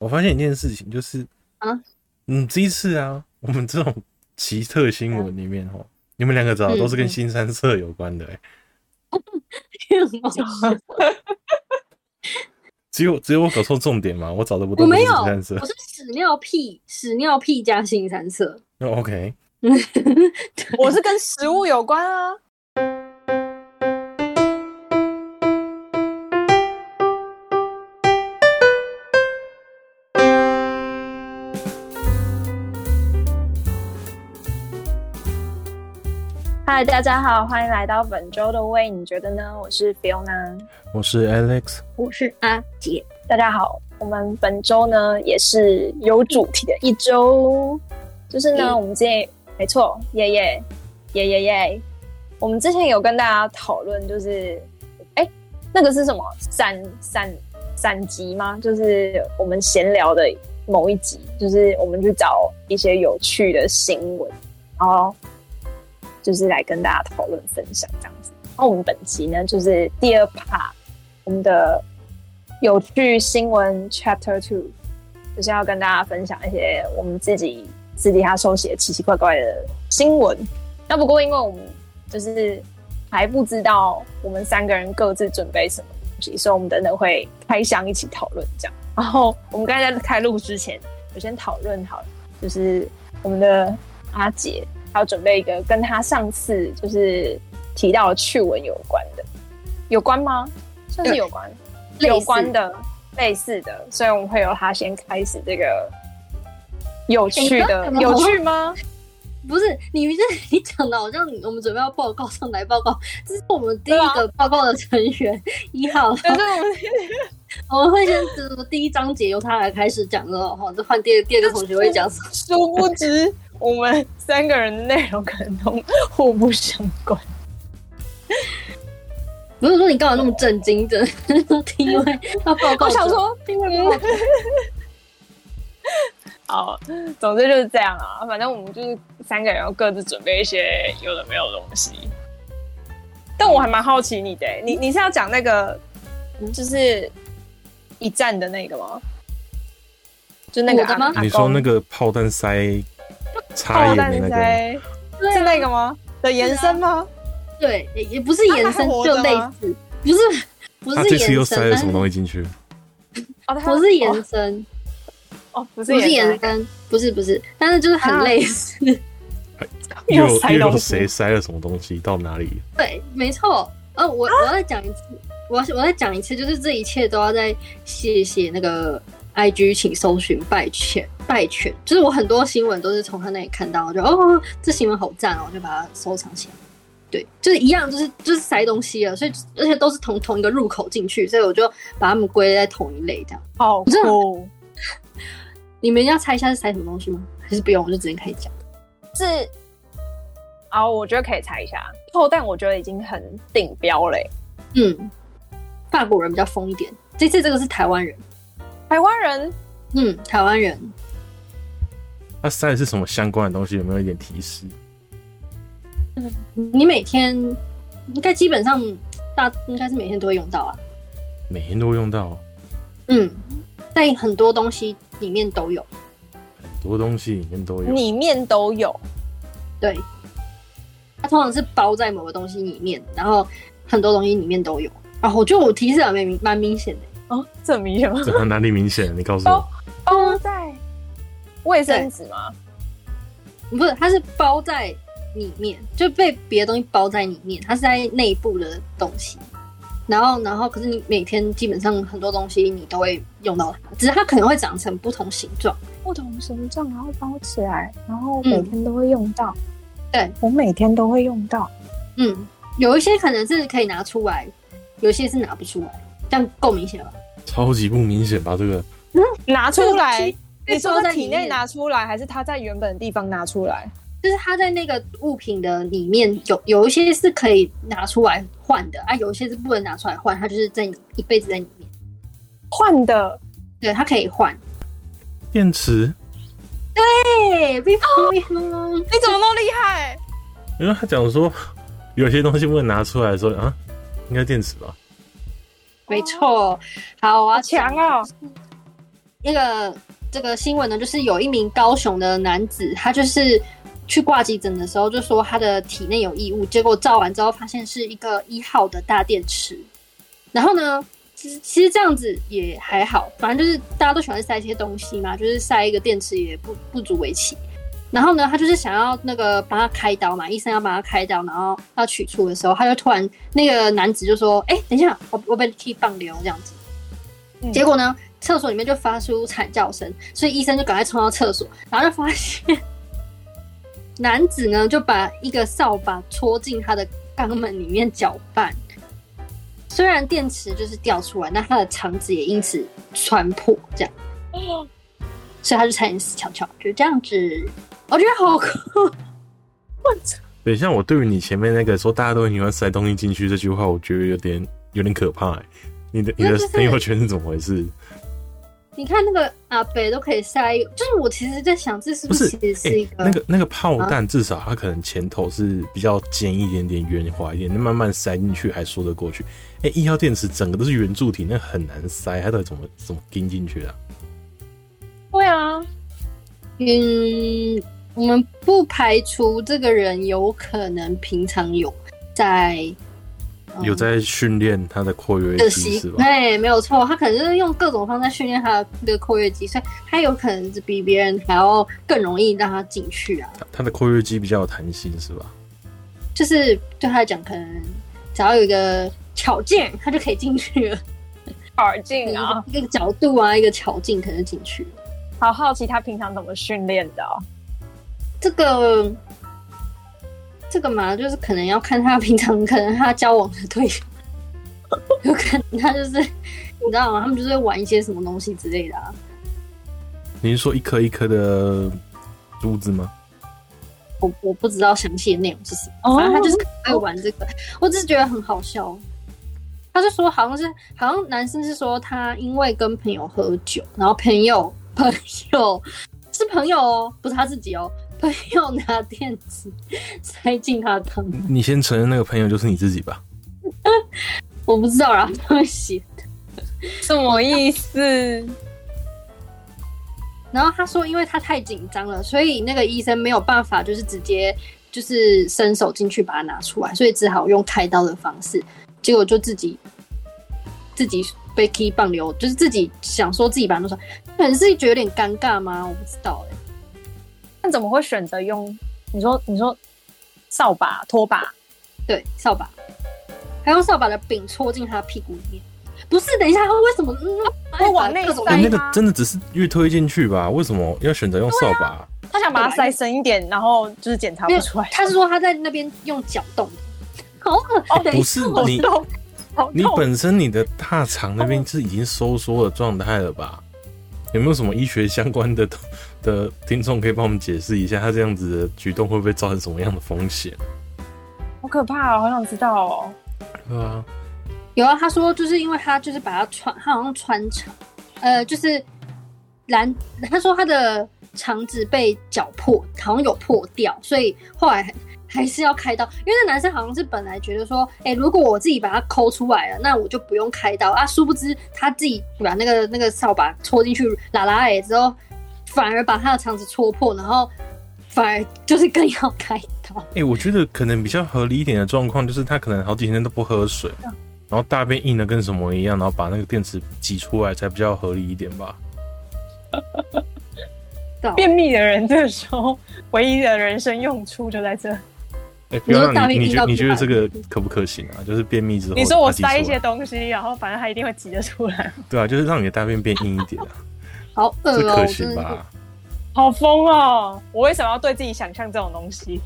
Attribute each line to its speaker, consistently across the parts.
Speaker 1: 我发现一件事情，就是
Speaker 2: 啊，
Speaker 1: 嗯，这一次啊，我们这种奇特新闻里面哦，你们两个找的都是跟
Speaker 2: 嗯嗯
Speaker 1: 新三色有关的、欸，只有只有我搞错重点嘛，我找的不都
Speaker 2: 我
Speaker 1: 不是
Speaker 2: 没有，
Speaker 1: 新三色
Speaker 2: 我是屎尿屁，屎尿屁加新三色。
Speaker 1: 哦？OK，
Speaker 3: 我是跟食物有关啊。嗨，大家好，欢迎来到本周的喂，你觉得呢？我是 Fiona。
Speaker 1: 我是 Alex，
Speaker 2: 我是阿杰，
Speaker 3: 大家好，我们本周呢也是有主题的一周，就是呢，
Speaker 2: 嗯
Speaker 3: 我们之前没错，耶耶耶耶耶，我们之前有跟大家讨论，就是哎、那个是什么散散散集吗？就是我们闲聊的某一集，就是我们去找一些有趣的新闻，然后就是来跟大家讨论分享这样子。然后我们本集呢，就是第二 part，我们的有趣新闻 Chapter Two，就是要跟大家分享一些我们自己私底下收集的奇奇怪怪的新闻。那不过因为我们就是还不知道我们三个人各自准备什么东西，所以我们等等会开箱一起讨论这样。然后我们刚才在开录之前，我先讨论好了，就是我们的阿杰，还要准备一个跟他上次就是提到的趣闻有关的，有关吗？算
Speaker 2: 呃
Speaker 3: 是有关。有关的类似的，所以我们会由他先开始这个有趣
Speaker 2: 哎
Speaker 3: 的
Speaker 2: 怎，么
Speaker 3: 有趣 吗？
Speaker 2: 不是你这你讲的好像你我们准备要报告上来报告，这是我们第
Speaker 3: 啊
Speaker 2: 一个报告的成员一号，
Speaker 3: 就是我们
Speaker 2: 我们会先读第一章节由他来开始讲的哈，就换第二第二个同学会讲什么？
Speaker 3: 殊不知，我们三个人的内容可能都互不相关。
Speaker 2: 不是说你干嘛那么震惊的， 因为要报告
Speaker 3: 我
Speaker 2: 者，
Speaker 3: 想说，
Speaker 2: 因为报告者
Speaker 3: 好，总之就是这样啊。反正我们就是三个人要各自准备一些有的没有的东西。但我还蛮好奇你的欸、你
Speaker 2: 嗯
Speaker 3: 你是要讲那个就是一战的那个吗？就那个
Speaker 2: 我的吗
Speaker 3: 阿哦
Speaker 1: 你说那
Speaker 3: 个
Speaker 1: 个炮弹塞插
Speaker 3: 炮
Speaker 1: 眼的那个
Speaker 3: 弹
Speaker 1: 吗，
Speaker 3: 塞
Speaker 2: 对啊
Speaker 3: 是那个吗？的延伸吗？
Speaker 2: 对，啊也也不是
Speaker 3: 他还
Speaker 2: 延伸，
Speaker 3: 活
Speaker 2: 就
Speaker 3: 着
Speaker 2: 类
Speaker 3: 吗
Speaker 2: 似，不是不
Speaker 1: 他
Speaker 2: 是
Speaker 1: 这次又
Speaker 2: 延
Speaker 1: 塞
Speaker 2: 伸，
Speaker 1: 了
Speaker 2: 但
Speaker 1: 什
Speaker 2: 是
Speaker 1: 么东西进 去？
Speaker 3: 哦，他
Speaker 2: 不是
Speaker 3: 哦
Speaker 2: 延伸，
Speaker 3: 哦，不是
Speaker 2: 不是延
Speaker 3: 延伸，
Speaker 2: 伸，不是不是，但是就是很
Speaker 3: 啊
Speaker 2: 类似。
Speaker 3: 又
Speaker 1: 又
Speaker 3: 塞
Speaker 1: 又
Speaker 3: 东
Speaker 1: 有
Speaker 3: 西
Speaker 1: 谁塞了什么东西到哪里？
Speaker 2: 对，没错。呃，我我要再讲一次，我要我再讲一次，就是这一切都要再谢谢那个 I G，请搜寻拜犬拜犬，就是我很多新闻都是从他那里看到，我就哦这新闻好赞哦，我就把它收藏起来。对，就是一样，就是就是塞东西了，所以而且都是同同一个入口进去，所以我就把它们归类在同一类这样。
Speaker 3: 好
Speaker 2: 不是
Speaker 3: 酷。
Speaker 2: 你们要猜一下是塞什么东西吗？还是不用？我就直接开始讲。
Speaker 3: 是，啊，我觉得可以猜一下。炮弹我觉得已经很顶标欸嘞、
Speaker 2: 嗯，法国人比较疯一点，这次这个是台湾人，
Speaker 3: 台湾人
Speaker 2: 嗯，台湾人，
Speaker 1: 他塞的是什么相关的东西？有没有一点提示？
Speaker 2: 你每天应该基本上大应该是每天都会用到啊。
Speaker 1: 每天都会用到
Speaker 2: 嗯，在很多东西里面都有。
Speaker 1: 很多东西，里面都有。
Speaker 3: 里面都有，
Speaker 2: 对，它通常是包在某个东西里面，然后很多东西里面都有。啊，我觉得我提示还蛮明蛮明显的，
Speaker 3: 哦，这很明显吗？
Speaker 1: 这哪里明显？你告诉
Speaker 3: 包
Speaker 1: 我，
Speaker 3: 包在卫生纸吗？
Speaker 2: 不是，它是包在里面，就被别的东西包在里面，它是在内部的东西。然后，然后，可是你每天基本上很多东西你都会用到它，只是它可能会长成不同形状。
Speaker 3: 不同形状，然后包起来，然后
Speaker 2: 每
Speaker 3: 天都会用到。
Speaker 2: 对，
Speaker 3: 我每天都会用到。
Speaker 2: 嗯，有一些可能是可以拿出来，有一些是拿不出来，这样够明显了吧？
Speaker 1: 超级不明显吧？这个
Speaker 3: 拿出来，
Speaker 2: 这个东西
Speaker 3: 你说
Speaker 2: 包
Speaker 3: 在
Speaker 2: 在
Speaker 3: 体
Speaker 2: 里
Speaker 3: 内
Speaker 2: 面
Speaker 3: 拿出来，还是它在原本的地方拿出来？
Speaker 2: 就是它在那个物品的里面有有一些是可以拿出来换的啊，有一些是不能拿出来换，它就是在你一辈子在里面，
Speaker 3: 换的
Speaker 2: 对，它可以换。
Speaker 1: 电池，
Speaker 2: 对，哦冰乓
Speaker 3: 你怎么那么厉害？
Speaker 1: 因为他讲说有些东西不能拿出来的时候啊，应该电池吧？
Speaker 2: 没错，好啊，
Speaker 3: 好强哦！
Speaker 2: 那个这个新闻呢，就是有一名高雄的男子，他就是去挂急诊的时候就说他的体内有异物，结果照完之后发现是一个一号的大电池。然后呢，其实其实这样子也还好，反正就是大家都喜欢塞一些东西嘛，就是塞一个电池也不不足为奇。然后呢，他就是想要那个帮他开刀嘛，医生要帮他开刀，然后要取出的时候，他就突然那个男子就说：“哎、等一下，我我被踢放流这样子。”
Speaker 3: 嗯
Speaker 2: 结果呢，厕所里面就发出惨叫声，所以医生就赶快冲到厕所，然后就发现男子呢就把一个扫把戳进他的肛门里面搅拌，虽然电池就是掉出来，那他的肠子也因此穿破，这样，所以他就差点死翘翘，就这样子。我觉得好酷，
Speaker 1: 等一下，我对于你前面那个说大家都很喜欢塞东西进去这句话，我觉得有点有点可怕、欸。你的你的
Speaker 2: 那就是
Speaker 1: 朋友圈是怎么回事？
Speaker 2: 你看那个阿北都可以塞一个，就是我其实在想，这是
Speaker 1: 不
Speaker 2: 不
Speaker 1: 是
Speaker 2: 是其实
Speaker 1: 哎、
Speaker 2: 是一个、
Speaker 1: 那个那个炮弹，至少它可能前头是比较尖一点点、圆滑一点，那慢慢塞进去还说得过去。哎、一号电池整个都是圆柱体，那很难塞，它到底怎么怎么钉进去的啊、
Speaker 3: 对啊，
Speaker 2: 嗯，我们不排除这个人有可能平常有在、嗯
Speaker 1: 有在训练它的括约
Speaker 2: 的
Speaker 1: 肌
Speaker 2: 习
Speaker 1: 是，吧？
Speaker 2: 对，没有错，他可能就是用各种方式训练他的括约肌，所以他有可能是比别人还要更容易让他进去啊。
Speaker 1: 它它的括约肌比较有弹性是吧？
Speaker 2: 就是对他来讲，可能只要有一个巧劲，他就可以进去了。
Speaker 3: 好劲啊！
Speaker 2: 一个角度啊，一个巧劲，可能就进去了。
Speaker 3: 好好奇他平常怎么训练的哦、
Speaker 2: 这个这个嘛，就是可能要看他平常，可能他交往的对象，有可能他就是你知道吗？他们就是会玩一些什么东西之类的啊，
Speaker 1: 你是说一颗一颗的珠子吗？
Speaker 2: 我我不知道详细的内容是什么。
Speaker 3: 哦
Speaker 2: 反正他就是爱玩这个，我只是觉得很好笑。他就说好像是好像男生是说他因为跟朋友喝酒，然后朋友朋友是朋友哦，不是他自己哦，朋友拿电子塞进他的汤
Speaker 1: 你你先承认那个朋友就是你自己吧。
Speaker 2: 我不知道啦，东西。
Speaker 3: 什么意思？
Speaker 2: 然后他说，因为他太紧张了，所以那个医生没有办法，就是直接就是伸手进去把它拿出来，所以只好用开刀的方式。结果就自己自己被 key 棒流，就是自己想说自己把它弄出来，可能是觉得有点尴尬吗？我不知道哎、
Speaker 3: 那怎么会选择用？你说，你说扫把、拖把？
Speaker 2: 对，扫把，还用扫把的柄戳进他屁股里面。不是，等一下，他为什么？嗯，
Speaker 3: 会往内
Speaker 2: 各种
Speaker 3: 塞
Speaker 1: 哎
Speaker 3: 吗
Speaker 1: 那个真的只是越推进去吧？为什么要选择用扫把、
Speaker 3: 他想把它塞深一点，然后就是检查
Speaker 2: 没
Speaker 3: 不
Speaker 2: 有
Speaker 3: 出来。
Speaker 2: 他是说他在那边用脚动的，好恶心。
Speaker 3: 啊
Speaker 2: 等
Speaker 1: 哦
Speaker 2: 一
Speaker 1: 不
Speaker 2: 下
Speaker 1: 是
Speaker 3: 哎好
Speaker 1: 你，
Speaker 3: 痛，好
Speaker 1: 你
Speaker 3: 痛！
Speaker 1: 本身你的大肠那边是已经收缩的状态了吧？有没有什么医学相关的 的听众可以帮我们解释一下，他这样子的举动会不会造成什么样的风险？
Speaker 3: 好可怕哦，好想知道 哦。
Speaker 1: 对啊，
Speaker 2: 有啊，他说就是因为他就是把它穿，他好像穿肠，呃，就是蓝，他说他的肠子被绞破，好像有破掉，所以后来还还是要开刀。因为那男生好像是本来觉得说，哎、如果我自己把它抠出来了，那我就不用开刀啊。殊不知他自己把那个那个扫把戳进去拉拉哎之后，反而把他的肠子戳破，然后反而就是更要开刀。
Speaker 1: 哎、我觉得可能比较合理一点的状况就是他可能好几天都不喝水，
Speaker 2: 嗯
Speaker 1: 然后大便硬的跟什么一样，然后把那个电池挤出来才比较合理一点吧。
Speaker 2: 对啊
Speaker 3: 便秘的人这个时候唯一的人生用处就在这。
Speaker 1: 哎、不要
Speaker 2: 你说大
Speaker 1: 让你
Speaker 2: 便
Speaker 1: 你
Speaker 2: 硬
Speaker 1: 觉
Speaker 2: 到
Speaker 1: 你觉得这
Speaker 2: 不
Speaker 1: 个可不可行啊？就是便秘之后，
Speaker 3: 你说我塞一些，东西，然后反正他一定会挤得出来，
Speaker 1: 对啊，就是让你的大便变硬一点啊，
Speaker 2: 好恶
Speaker 1: 这
Speaker 2: 哦、
Speaker 1: 可行
Speaker 2: 我真的是
Speaker 1: 吧？
Speaker 3: 好疯哦！我为什么要对自己想象这种东西？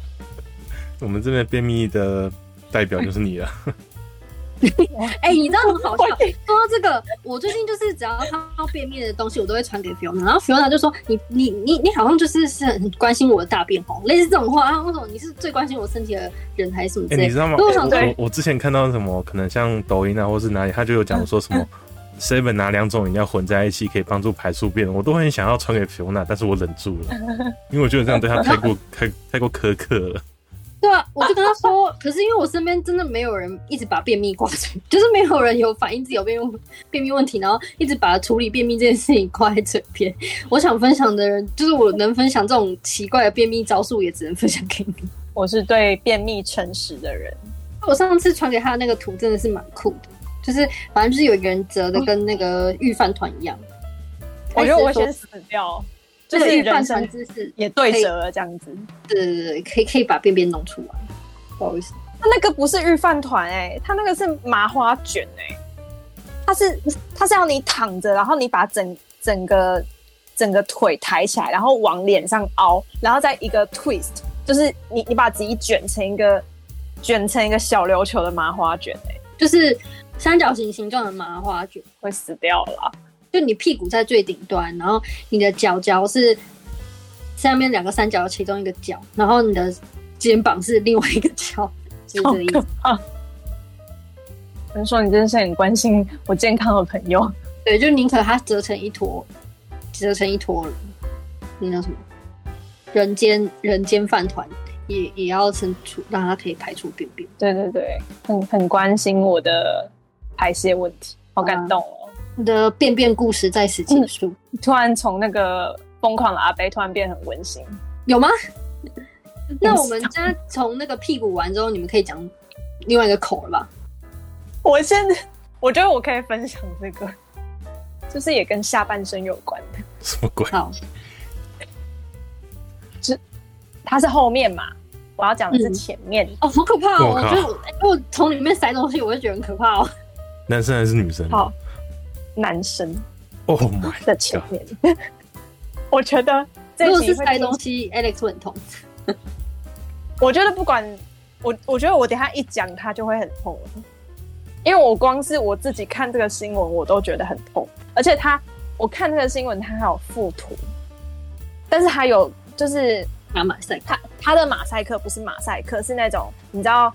Speaker 1: 我们这边便秘的代表就是你了。
Speaker 2: 哎、你知道很好笑
Speaker 3: 我也，
Speaker 2: 说到这个，我最近就是只要看到便秘的东西，我都会传给 Fiona，然后 Fiona 就说你你你你好像就是是很关心我的大便哦，类似这种话，然后那种你是最关心我身体的人还是什么之
Speaker 1: 哎、
Speaker 2: 类
Speaker 1: 你知道吗？
Speaker 2: 所以
Speaker 1: 我
Speaker 2: 我想说，
Speaker 1: 我我之前看到什么，可能像抖音啊，或是哪里，他就有讲说
Speaker 3: 嗯
Speaker 1: 什么 seven 拿两种饮料混在一起可以帮助排宿便，我都很想要 传给 Fiona，但是我忍住了，因为我觉得这样对他太过太太过苛刻了。
Speaker 2: 对啊，我就跟他说，可是因为我身边真的没有人一直把便秘挂嘴， 就是没有人有反映自己有便秘便秘问题，然后一直把处理便秘这件事情挂在嘴边。我想分享的人，就是我能分享这种奇怪的便秘招数，也只能分享给你。
Speaker 3: 我是对便秘诚实的人。
Speaker 2: 我上次传给他的那个图真的是蛮酷的，就是反正就是有一个人折
Speaker 3: 嗯
Speaker 2: 的跟那个御饭团一样。
Speaker 3: 我哦觉得我会先死掉，就
Speaker 2: 就是是御饭
Speaker 3: 人
Speaker 2: 团
Speaker 3: 生
Speaker 2: 姿势，
Speaker 3: 也对折了这样子。
Speaker 2: 对对对，可以可以把便便弄出来，不好意思。
Speaker 3: 他那个不是御饭团哎，他那个是麻花卷哎、他是他是要你躺着，然后你把整整个整个腿抬起来，然后往脸上凹，然后再一个 twist，就是你你把自己卷成一个卷成一个小琉球的麻花卷哎、
Speaker 2: 就是三角形形状的麻花卷，
Speaker 3: 会死掉了啦。
Speaker 2: 就你屁股在最顶端，然后你的脚脚是下面两个三角的其中一个角，然后你的肩膀是另外一个角，就是这个意思。
Speaker 3: 你说你真是很关心我健康的朋友，
Speaker 2: 对，就宁可它折成一坨，折成一坨，那叫什么？人间人间饭团也也要伸出，让它可以排出便便。
Speaker 3: 对对对，很很关心我的排泄问题，好
Speaker 2: 嗯
Speaker 3: 感动哦。
Speaker 2: 你的便便故事在此结束，
Speaker 3: 突然从那个疯狂的阿贝突然变很温馨，
Speaker 2: 有吗？嗯那我们家从那个屁股完之后，你们可以讲另外一个口了吧？
Speaker 3: 我现在我觉得我可以分享这个，就是也跟下半身有关的，
Speaker 1: 什么鬼？
Speaker 2: 好，
Speaker 3: 它是后面嘛，我要讲的是前面，
Speaker 2: 哦，好可怕哦！
Speaker 1: 我
Speaker 2: 我
Speaker 1: 靠
Speaker 2: 觉得我如果从里面塞东西，我会觉得很可怕哦。
Speaker 1: 男生还是女生？
Speaker 3: 好男生
Speaker 1: ，Oh my，
Speaker 3: 的前面。 我觉得这
Speaker 2: 嗯如果
Speaker 3: 集
Speaker 2: 是
Speaker 3: 会
Speaker 2: 塞
Speaker 3: 听
Speaker 2: 东西，Alex 会很痛。
Speaker 3: 我觉得不管我，我觉得我等一下一讲他就会很痛了，因为我光是我自己看这个新闻，我都觉得很痛，而且他我看这个新闻，他还有附图，但是还有就是
Speaker 2: 拿马赛克，
Speaker 3: 他他的马赛克不是马赛克，是那种你知道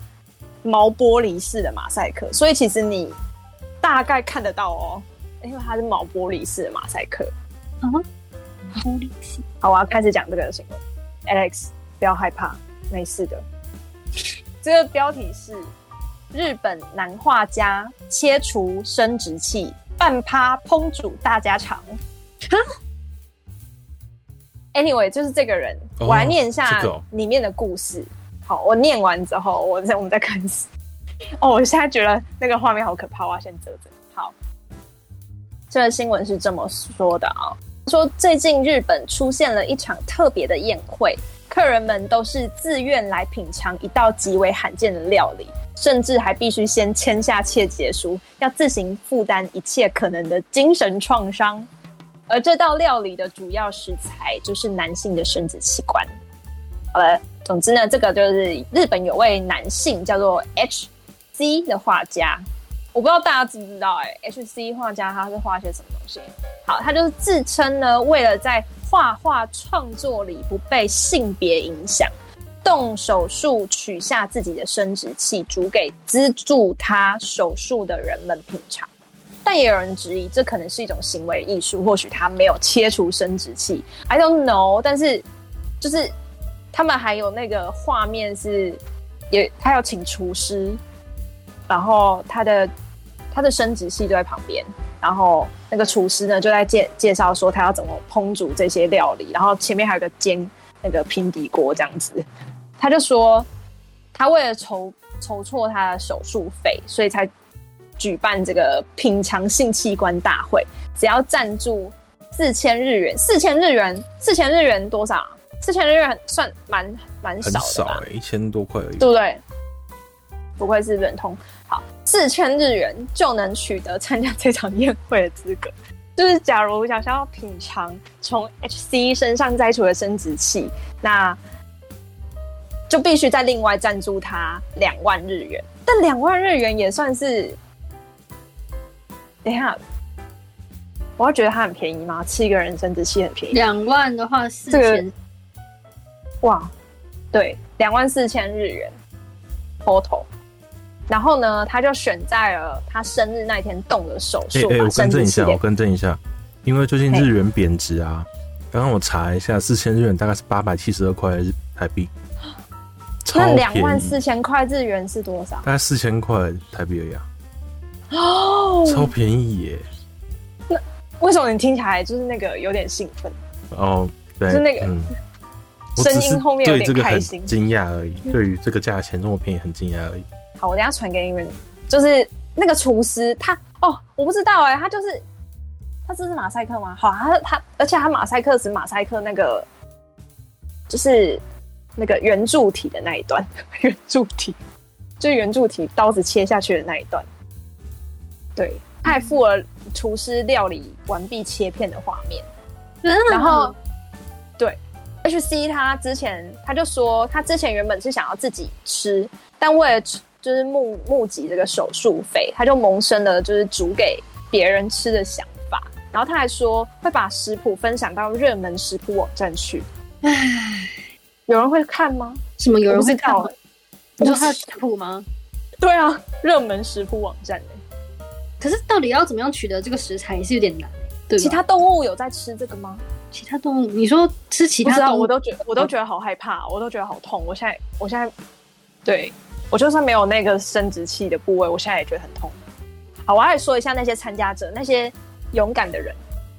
Speaker 3: 毛玻璃式的马赛克，所以其实你大概看得到哦，因为它是毛玻璃式的马赛克。
Speaker 2: 玻璃心。
Speaker 3: 好，我要开始讲这个新闻。Alex，不要害怕，没事的。这个标题是：日本男画家切除生殖器，半趴烹煮大家常。Anyway，就是这个人，
Speaker 1: 哦
Speaker 3: 我来念一下
Speaker 1: 这个哦
Speaker 3: 里面的故事。好，我念完之后，我再我们再开始。 哦，我现在觉得那个画面好可怕，我要先遮遮。好，这个新闻是这么说的啊、说最近日本出现了一场特别的宴会，客人们都是自愿来品尝一道极为罕见的料理，甚至还必须先签下切结书，要自行负担一切可能的精神创伤。而这道料理的主要食材就是男性的生殖器官。好了，总之呢，这个就是日本有位男性叫做 H C 的画家，我不知道大家知不知道、哎，H C 画家他是画些什么东西？好，他就是自称呢，为了在画画创作里不被性别影响，动手术取下自己的生殖器，煮给资助他手术的人们品尝。但也有人质疑，这可能是一种行为艺术，或许他没有切除生殖器，I don't know。但是就是他们还有那个画面是，也他要请厨师，然后他的他的生殖器就在旁边，然后那个厨师呢就在介介绍说他要怎么烹煮这些料理，然后前面还有个煎那个平底锅这样子，他就说他为了筹筹措他的手术费，所以才举办这个品尝性器官大会，只要赞助四千日元，四千日元，四千日元多少啊？四千日元算蛮蛮
Speaker 1: 很
Speaker 3: 少的
Speaker 1: 少
Speaker 3: 吧？
Speaker 1: 哎、一千多块而已。
Speaker 3: 对不对？不愧是忍通，好，四千日元就能取得参加这场宴会的资格。就是假如想想要品尝从 HC 身上摘除的生殖器，那就必须再另外赞助他两万日元。但两万日元也算是，等一下，我要觉得它很便宜吗？吃一个人生殖器很便宜？
Speaker 2: 两万的话，四
Speaker 3: 这个
Speaker 2: 千
Speaker 3: 哇，对，两万四千日元 total。然后呢，他就选在了他生日那天动的手
Speaker 1: 哎
Speaker 3: 术，
Speaker 1: 哎，
Speaker 3: 把
Speaker 1: 我更
Speaker 3: 生殖
Speaker 1: 正一
Speaker 3: 器
Speaker 1: 下，我
Speaker 3: 给
Speaker 1: 更正一下，因为最近
Speaker 3: 嘿
Speaker 1: 日元贬值啊，刚刚我查一下，四千日元大概是八百七十二块日台币，超
Speaker 3: 那两
Speaker 1: 便
Speaker 3: 万
Speaker 1: 宜，
Speaker 3: 四千块日元是多少？
Speaker 1: 大概四千块台币而已、啊，
Speaker 3: 哦，
Speaker 1: 超便宜耶。
Speaker 3: 为什么你听起来就是那个有点兴奋？
Speaker 1: 哦，对，
Speaker 3: 就那个
Speaker 1: 嗯、我只
Speaker 3: 声
Speaker 1: 是
Speaker 3: 音后面有
Speaker 1: 对
Speaker 3: 点
Speaker 1: 这个
Speaker 3: 开
Speaker 1: 很
Speaker 3: 心嗯
Speaker 1: 惊讶而已，对于这个价钱这么便宜很惊讶而已。
Speaker 3: 好，我等一下传给你们。就是那个厨师，他哦，我不知道哎、他就是他这是马赛克吗？好，他他，而且他马赛克只马赛克那个，就是那个圆柱体的那一段， 圆柱体，就是圆柱体刀子切下去的那一段。对，他还附了厨师料理完毕切片的画面。然
Speaker 2: 嗯
Speaker 3: 后对 H C 他之前他就说，他之前原本是想要自己吃，但为了就是募募集这个手术费，他就萌生了就是煮给别人吃的想法。然后他还说会把食谱分享到热门食谱网站去。有人会看吗？
Speaker 2: 什么有人会看
Speaker 3: 我
Speaker 2: 吗
Speaker 3: 不
Speaker 2: 你
Speaker 3: 知？
Speaker 2: 说他的食谱吗？
Speaker 3: 对啊，热门食谱网站、欸、
Speaker 2: 可是到底要怎么样取得这个食材也是有点难，对吧？
Speaker 3: 其他动物有在吃这个吗？
Speaker 2: 其他动物，你说吃其
Speaker 3: 不
Speaker 2: 他
Speaker 3: 知道，
Speaker 2: 动物嗯
Speaker 3: 我都觉我都觉得好害怕，我都觉得好痛。我现在我现在对我就算没有那个生殖器的部位，我现在也觉得很痛。好，我要来说一下那些参加者，那些勇敢的人，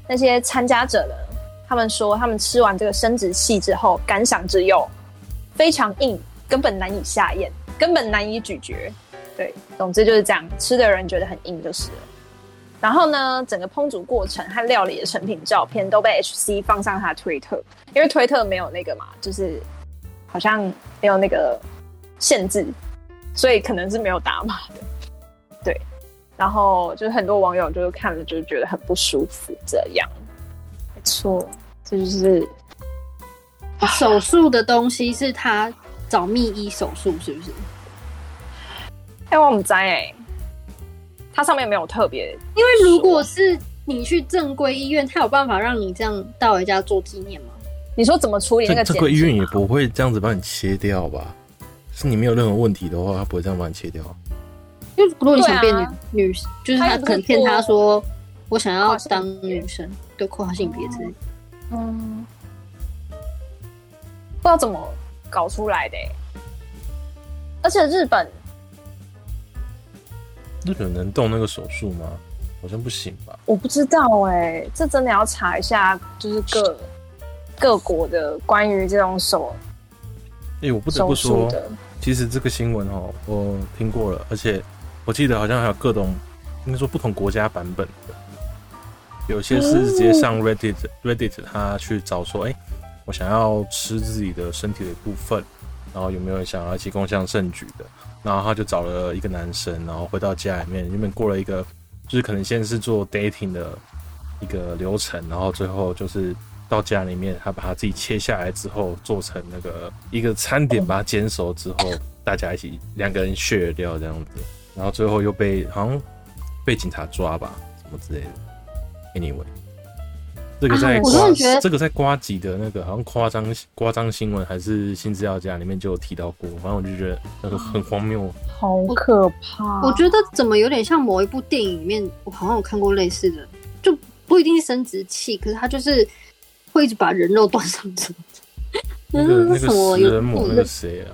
Speaker 3: 那些参加者呢？他们说，他们吃完这个生殖器之后，感想只有非常硬，根本难以下咽，根本难以咀嚼。对，总之就是这样，吃的人觉得很硬就是了。然后呢，整个烹煮过程和料理的成品照片都被 HC 放上他的推特，因为推特没有那个嘛，就是好像没有那个限制，所以可能是没有打码的。对，然后就是很多网友就是看了就觉得很不舒服，这样。没错，这就是
Speaker 2: 手术的东西是他找秘医手术，是不是？
Speaker 3: 哎、我们在哎，它上面没有特别
Speaker 2: 因为如果是你去正规医院，他有办法让你这样带回家做纪念吗？
Speaker 3: 你说怎么处理那
Speaker 1: 这
Speaker 3: 个
Speaker 1: 这
Speaker 3: 剪
Speaker 1: 个医院
Speaker 3: 辑
Speaker 1: 也不会这样子帮你切掉吧？是你没有任何问题的话，他不会这样帮你切掉。
Speaker 2: 因为如果你想变女、
Speaker 3: 对啊
Speaker 2: 女，就是
Speaker 3: 他
Speaker 2: 他
Speaker 3: 又不是
Speaker 2: 可能骗他说我想要
Speaker 3: 跨性别
Speaker 2: 当女生，对括号性别之类的。
Speaker 3: 嗯，不知道怎么搞出来的、欸。而且日本
Speaker 1: 日本能动那个手术吗？好像不行吧？
Speaker 3: 我不知道哎、这真的要查一下，就是各各国的关于这种手
Speaker 1: 哎、我不得
Speaker 3: 手
Speaker 1: 不
Speaker 3: 术
Speaker 1: 说，
Speaker 3: 的，
Speaker 1: 其实这个新闻哦，我听过了，而且我记得好像还有各种，应该说不同国家版本的，有些是直接
Speaker 3: 哦
Speaker 1: 上 Reddit、Reddit 他去找说，哎、我想要吃自己的身体的一部分，然后有没有人想要一起共襄盛举的？然后他就找了一个男生，然后回到家里面，原本过了一个，就是可能先是做 dating 的一个流程，然后最后就是到家里面，他把他自己切下来之后，做成那个一个餐点，把它煎熟之后，大家一起两个人 share 掉这样子，然后最后又被好像被警察抓吧，什么之类的。Anyway，这个在
Speaker 3: 啊
Speaker 2: 我
Speaker 1: 瓜、
Speaker 2: 真的觉得
Speaker 1: 这个在瓜吉的那个好像夸张夸张新闻还是新资料夹里面就有提到过，反正我就觉得那个很荒谬。
Speaker 3: 好可怕！
Speaker 1: 嗯
Speaker 2: 我觉得怎么有点像某一部电影里面，我好像有看过类似的，就不一定是生殖器，可是他就是会一直把人肉端上桌。
Speaker 1: 那个那
Speaker 2: 嗯为什么
Speaker 1: 个食
Speaker 2: 有
Speaker 1: 人魔
Speaker 2: 有
Speaker 1: 那个谁啊，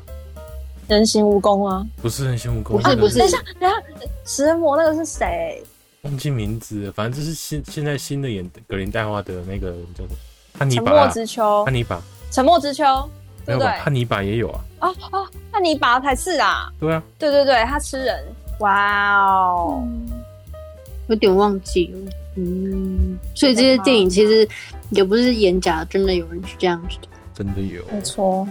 Speaker 3: 得人形蜈蚣啊，
Speaker 1: 不是很辛苦，
Speaker 2: 不是不是
Speaker 3: 等一下，等一下，食人魔那个是谁？
Speaker 1: 忘记名字了，反正就是新现在新的演格林戴华的那个叫什么汉尼
Speaker 3: 沉
Speaker 1: 拔
Speaker 3: 默
Speaker 1: 啊，
Speaker 3: 之丘
Speaker 1: 汉，尼拔
Speaker 3: 沉默之丘，
Speaker 1: 没
Speaker 3: 对
Speaker 1: 有
Speaker 3: 不对？
Speaker 1: 吧？汉尼拔也有啊，
Speaker 3: 啊啊，那你拔才是啊！
Speaker 1: 对啊，
Speaker 3: 对对对，他吃人，哇哦！
Speaker 2: 嗯有点忘记了。嗯，所以这些电影其实也不是演假，真的有人是这样子的。
Speaker 1: 真的有。
Speaker 3: 没错，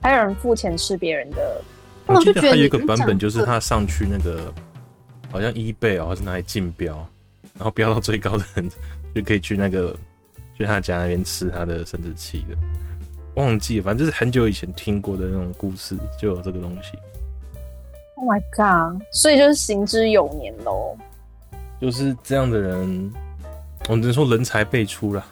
Speaker 3: 还有人付钱吃别人的，
Speaker 2: 那
Speaker 1: 我
Speaker 2: 我
Speaker 1: 记
Speaker 2: 就
Speaker 1: 得
Speaker 2: 觉
Speaker 1: 还
Speaker 2: 得
Speaker 1: 有一
Speaker 2: 你
Speaker 1: 个版本，就是
Speaker 2: 讲
Speaker 1: 他上去那个好像 eBay 哦，还是哪里竞标，然后标到最高的人就可以去那个去他家那边吃他的生殖器的。忘记了，反正就是很久以前听过的那种故事，就有这个东西。
Speaker 3: Oh my god！所以就是行之有年喽。
Speaker 1: 就是这样的人，我只能说人才辈出啦。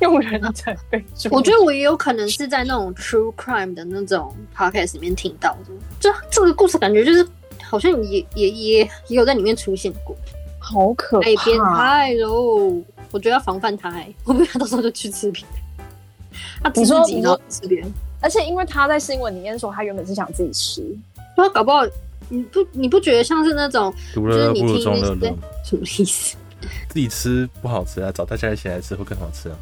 Speaker 3: 用人才被捉
Speaker 2: 我觉得我也有可能是在那种 true crime 的那种 podcast 里面听到的，就这个故事感觉就是好像也也也也有在里面出现过。
Speaker 3: 好可
Speaker 2: 哎，变
Speaker 3: 怕。
Speaker 2: 态喽！欸我觉得要防范他、哎，我不然到时候就去吃别人。他吃
Speaker 3: 你说
Speaker 2: 自己，
Speaker 3: 你
Speaker 2: 然
Speaker 3: 说
Speaker 2: 后吃别人，
Speaker 3: 而且因为他在新闻里面说他原本是想自己吃，
Speaker 2: 那搞不好你不你不觉得像是那种
Speaker 1: 独
Speaker 2: 就是
Speaker 1: 乐
Speaker 2: 你
Speaker 1: 不如
Speaker 2: 听
Speaker 1: 众
Speaker 2: 一
Speaker 1: 乐
Speaker 2: 些
Speaker 1: 乐，
Speaker 2: 什么意思？
Speaker 1: 自己吃不好吃啊，找大家一起来吃会更好吃啊。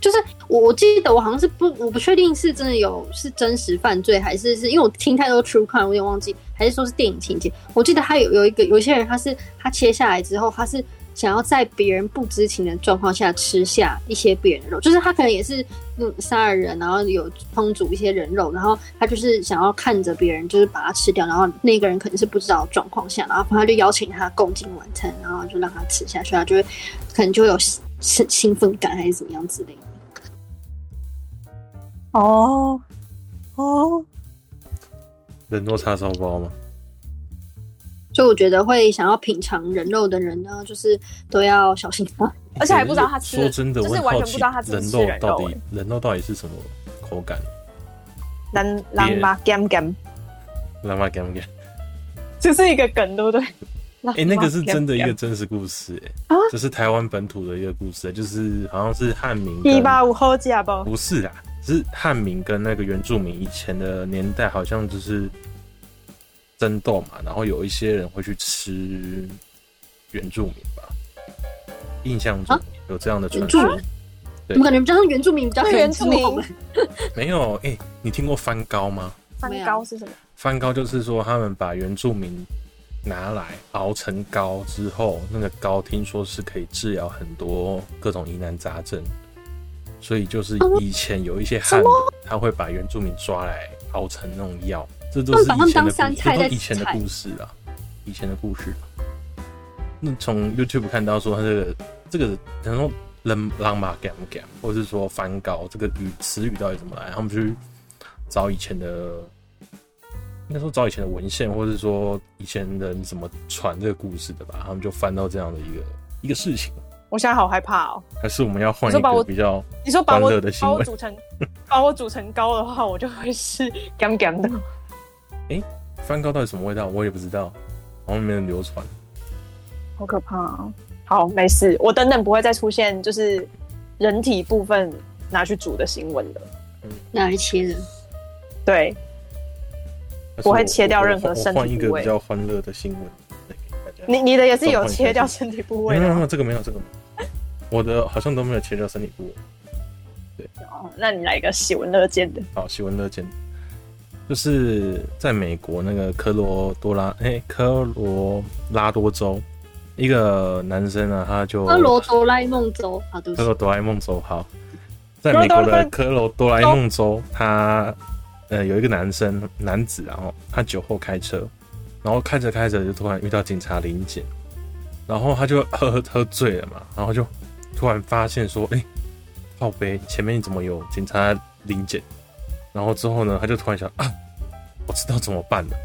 Speaker 2: 就是我我记得我好像是不我不确定是真的有是真实犯罪还是是因为我听太多 true crime 我有点忘记，还是说是电影情节？我记得他有有一个有一些人他是他切下来之后他是。想要在别人不知情的状况下吃下一些别人的肉，就是他可能也是嗯杀了人，然后有烹煮一些人肉，然后他就是想要看着别人就是把它吃掉，然后那个人可能是不知道的状况下，然后他就邀请他共进晚餐，然后就让他吃下去，他就会可能就会有兴兴奋感还是怎么样之类的。
Speaker 3: 哦哦，
Speaker 1: 人肉叉烧包嘛，
Speaker 2: 所以我觉得会想要品尝人肉的人呢，就是都要小心啊。
Speaker 3: 而且还不知道他吃
Speaker 1: 说真的，
Speaker 3: 就是
Speaker 1: 我很
Speaker 3: 完
Speaker 1: 好
Speaker 3: 全不
Speaker 1: 奇
Speaker 3: 知道他吃
Speaker 1: 人
Speaker 3: 不吃
Speaker 1: 肉
Speaker 3: 人
Speaker 1: 到
Speaker 3: 肉欸
Speaker 1: 底人肉到底是什么口感？
Speaker 3: 南南巴 gam gam，
Speaker 1: 浪漫感不 感？
Speaker 3: 这是一个梗，对不对？ 哎
Speaker 1: 哎、那个是真的一个真实故事、哎、
Speaker 3: 啊
Speaker 1: 这是台湾本土的一个故事、哎就是好像是汉民跟
Speaker 3: 一八五后假啊不？
Speaker 1: 不是啦，是汉民跟那个原住民以前的年代，好像就是争斗嘛，然后有一些人会去吃原住民
Speaker 3: 啊
Speaker 1: 吧，印象中
Speaker 2: 啊
Speaker 1: 有这样的传
Speaker 2: 原住
Speaker 1: 说。
Speaker 2: 民，我们感觉比较像原住民比较
Speaker 3: 对原住民
Speaker 2: 很 自我
Speaker 1: 没有，哎、你听过翻高吗？
Speaker 3: 三高是什么？
Speaker 1: 翻糕就是说他们把原住民拿来熬成糕之后，那个糕听说是可以治疗很多各种疑难杂症，所以就是
Speaker 2: 哦
Speaker 1: 以前有一些汉人他会把原住民抓来熬成那种药，这都是
Speaker 2: 他们把他
Speaker 1: 以前的
Speaker 2: 们当山
Speaker 1: 故这
Speaker 2: 菜
Speaker 1: 都
Speaker 2: 在
Speaker 1: 以前的
Speaker 2: 吃菜
Speaker 1: 故事啦，以前的故事。那从 YouTube 看到说他这个这个，然后人浪马 gam gam，或者是说翻高这个语词语到底怎么来？他们去找以前的，应该说找以前的文献，或者是说以前人怎么传这个故事的吧？他们就翻到这样的一个一个事情，
Speaker 3: 我现在好害怕哦！
Speaker 1: 还是我们要换
Speaker 3: 你说
Speaker 1: 一
Speaker 3: 把
Speaker 1: 个
Speaker 3: 我
Speaker 1: 比较
Speaker 3: 你说把我
Speaker 1: 欢乐的新
Speaker 3: 把
Speaker 1: 闻
Speaker 3: 我煮 成把我煮成糕的话，我就会是 gam gam 的。
Speaker 1: 翻高到底什么味道，我也不知道，然后没人流传。
Speaker 3: 好可怕、啊！好，没事，我等等不会再出现就是人体部分拿去煮的新闻了。
Speaker 2: 拿来切的。
Speaker 3: 对，
Speaker 1: 但是
Speaker 3: 我会切掉任何
Speaker 1: 我我
Speaker 3: 身体
Speaker 1: 换一个
Speaker 3: 部位
Speaker 1: 比较欢乐的新闻来给大家。
Speaker 3: 你你的也是
Speaker 1: 转
Speaker 3: 有
Speaker 1: 换一下
Speaker 3: 切掉身体部
Speaker 1: 没
Speaker 3: 位
Speaker 1: 有
Speaker 3: 的
Speaker 1: 没有
Speaker 3: 吗
Speaker 1: 没有这个没有这个没 有，我的好像都没有切掉身体部位。
Speaker 3: 哦，那你来一个喜闻乐见的。
Speaker 1: 好，喜闻乐见。就是在美国那个科罗多拉，哎、科罗拉多州，一个男生呢，他就
Speaker 2: 那罗多拉梦州啊，对不
Speaker 1: 科
Speaker 2: 起，
Speaker 1: 罗哆啦 A 梦州好，在美国的科罗哆啦 A 梦州，他呃有一个男生男子，然后他酒后开车，然后开着开着就突然遇到警察临检，然后他就喝喝喝醉了嘛，然后就突然发现说，哎、靠背前面怎么有警察临检？然后之后呢，他就突然想啊，我知道怎么办了，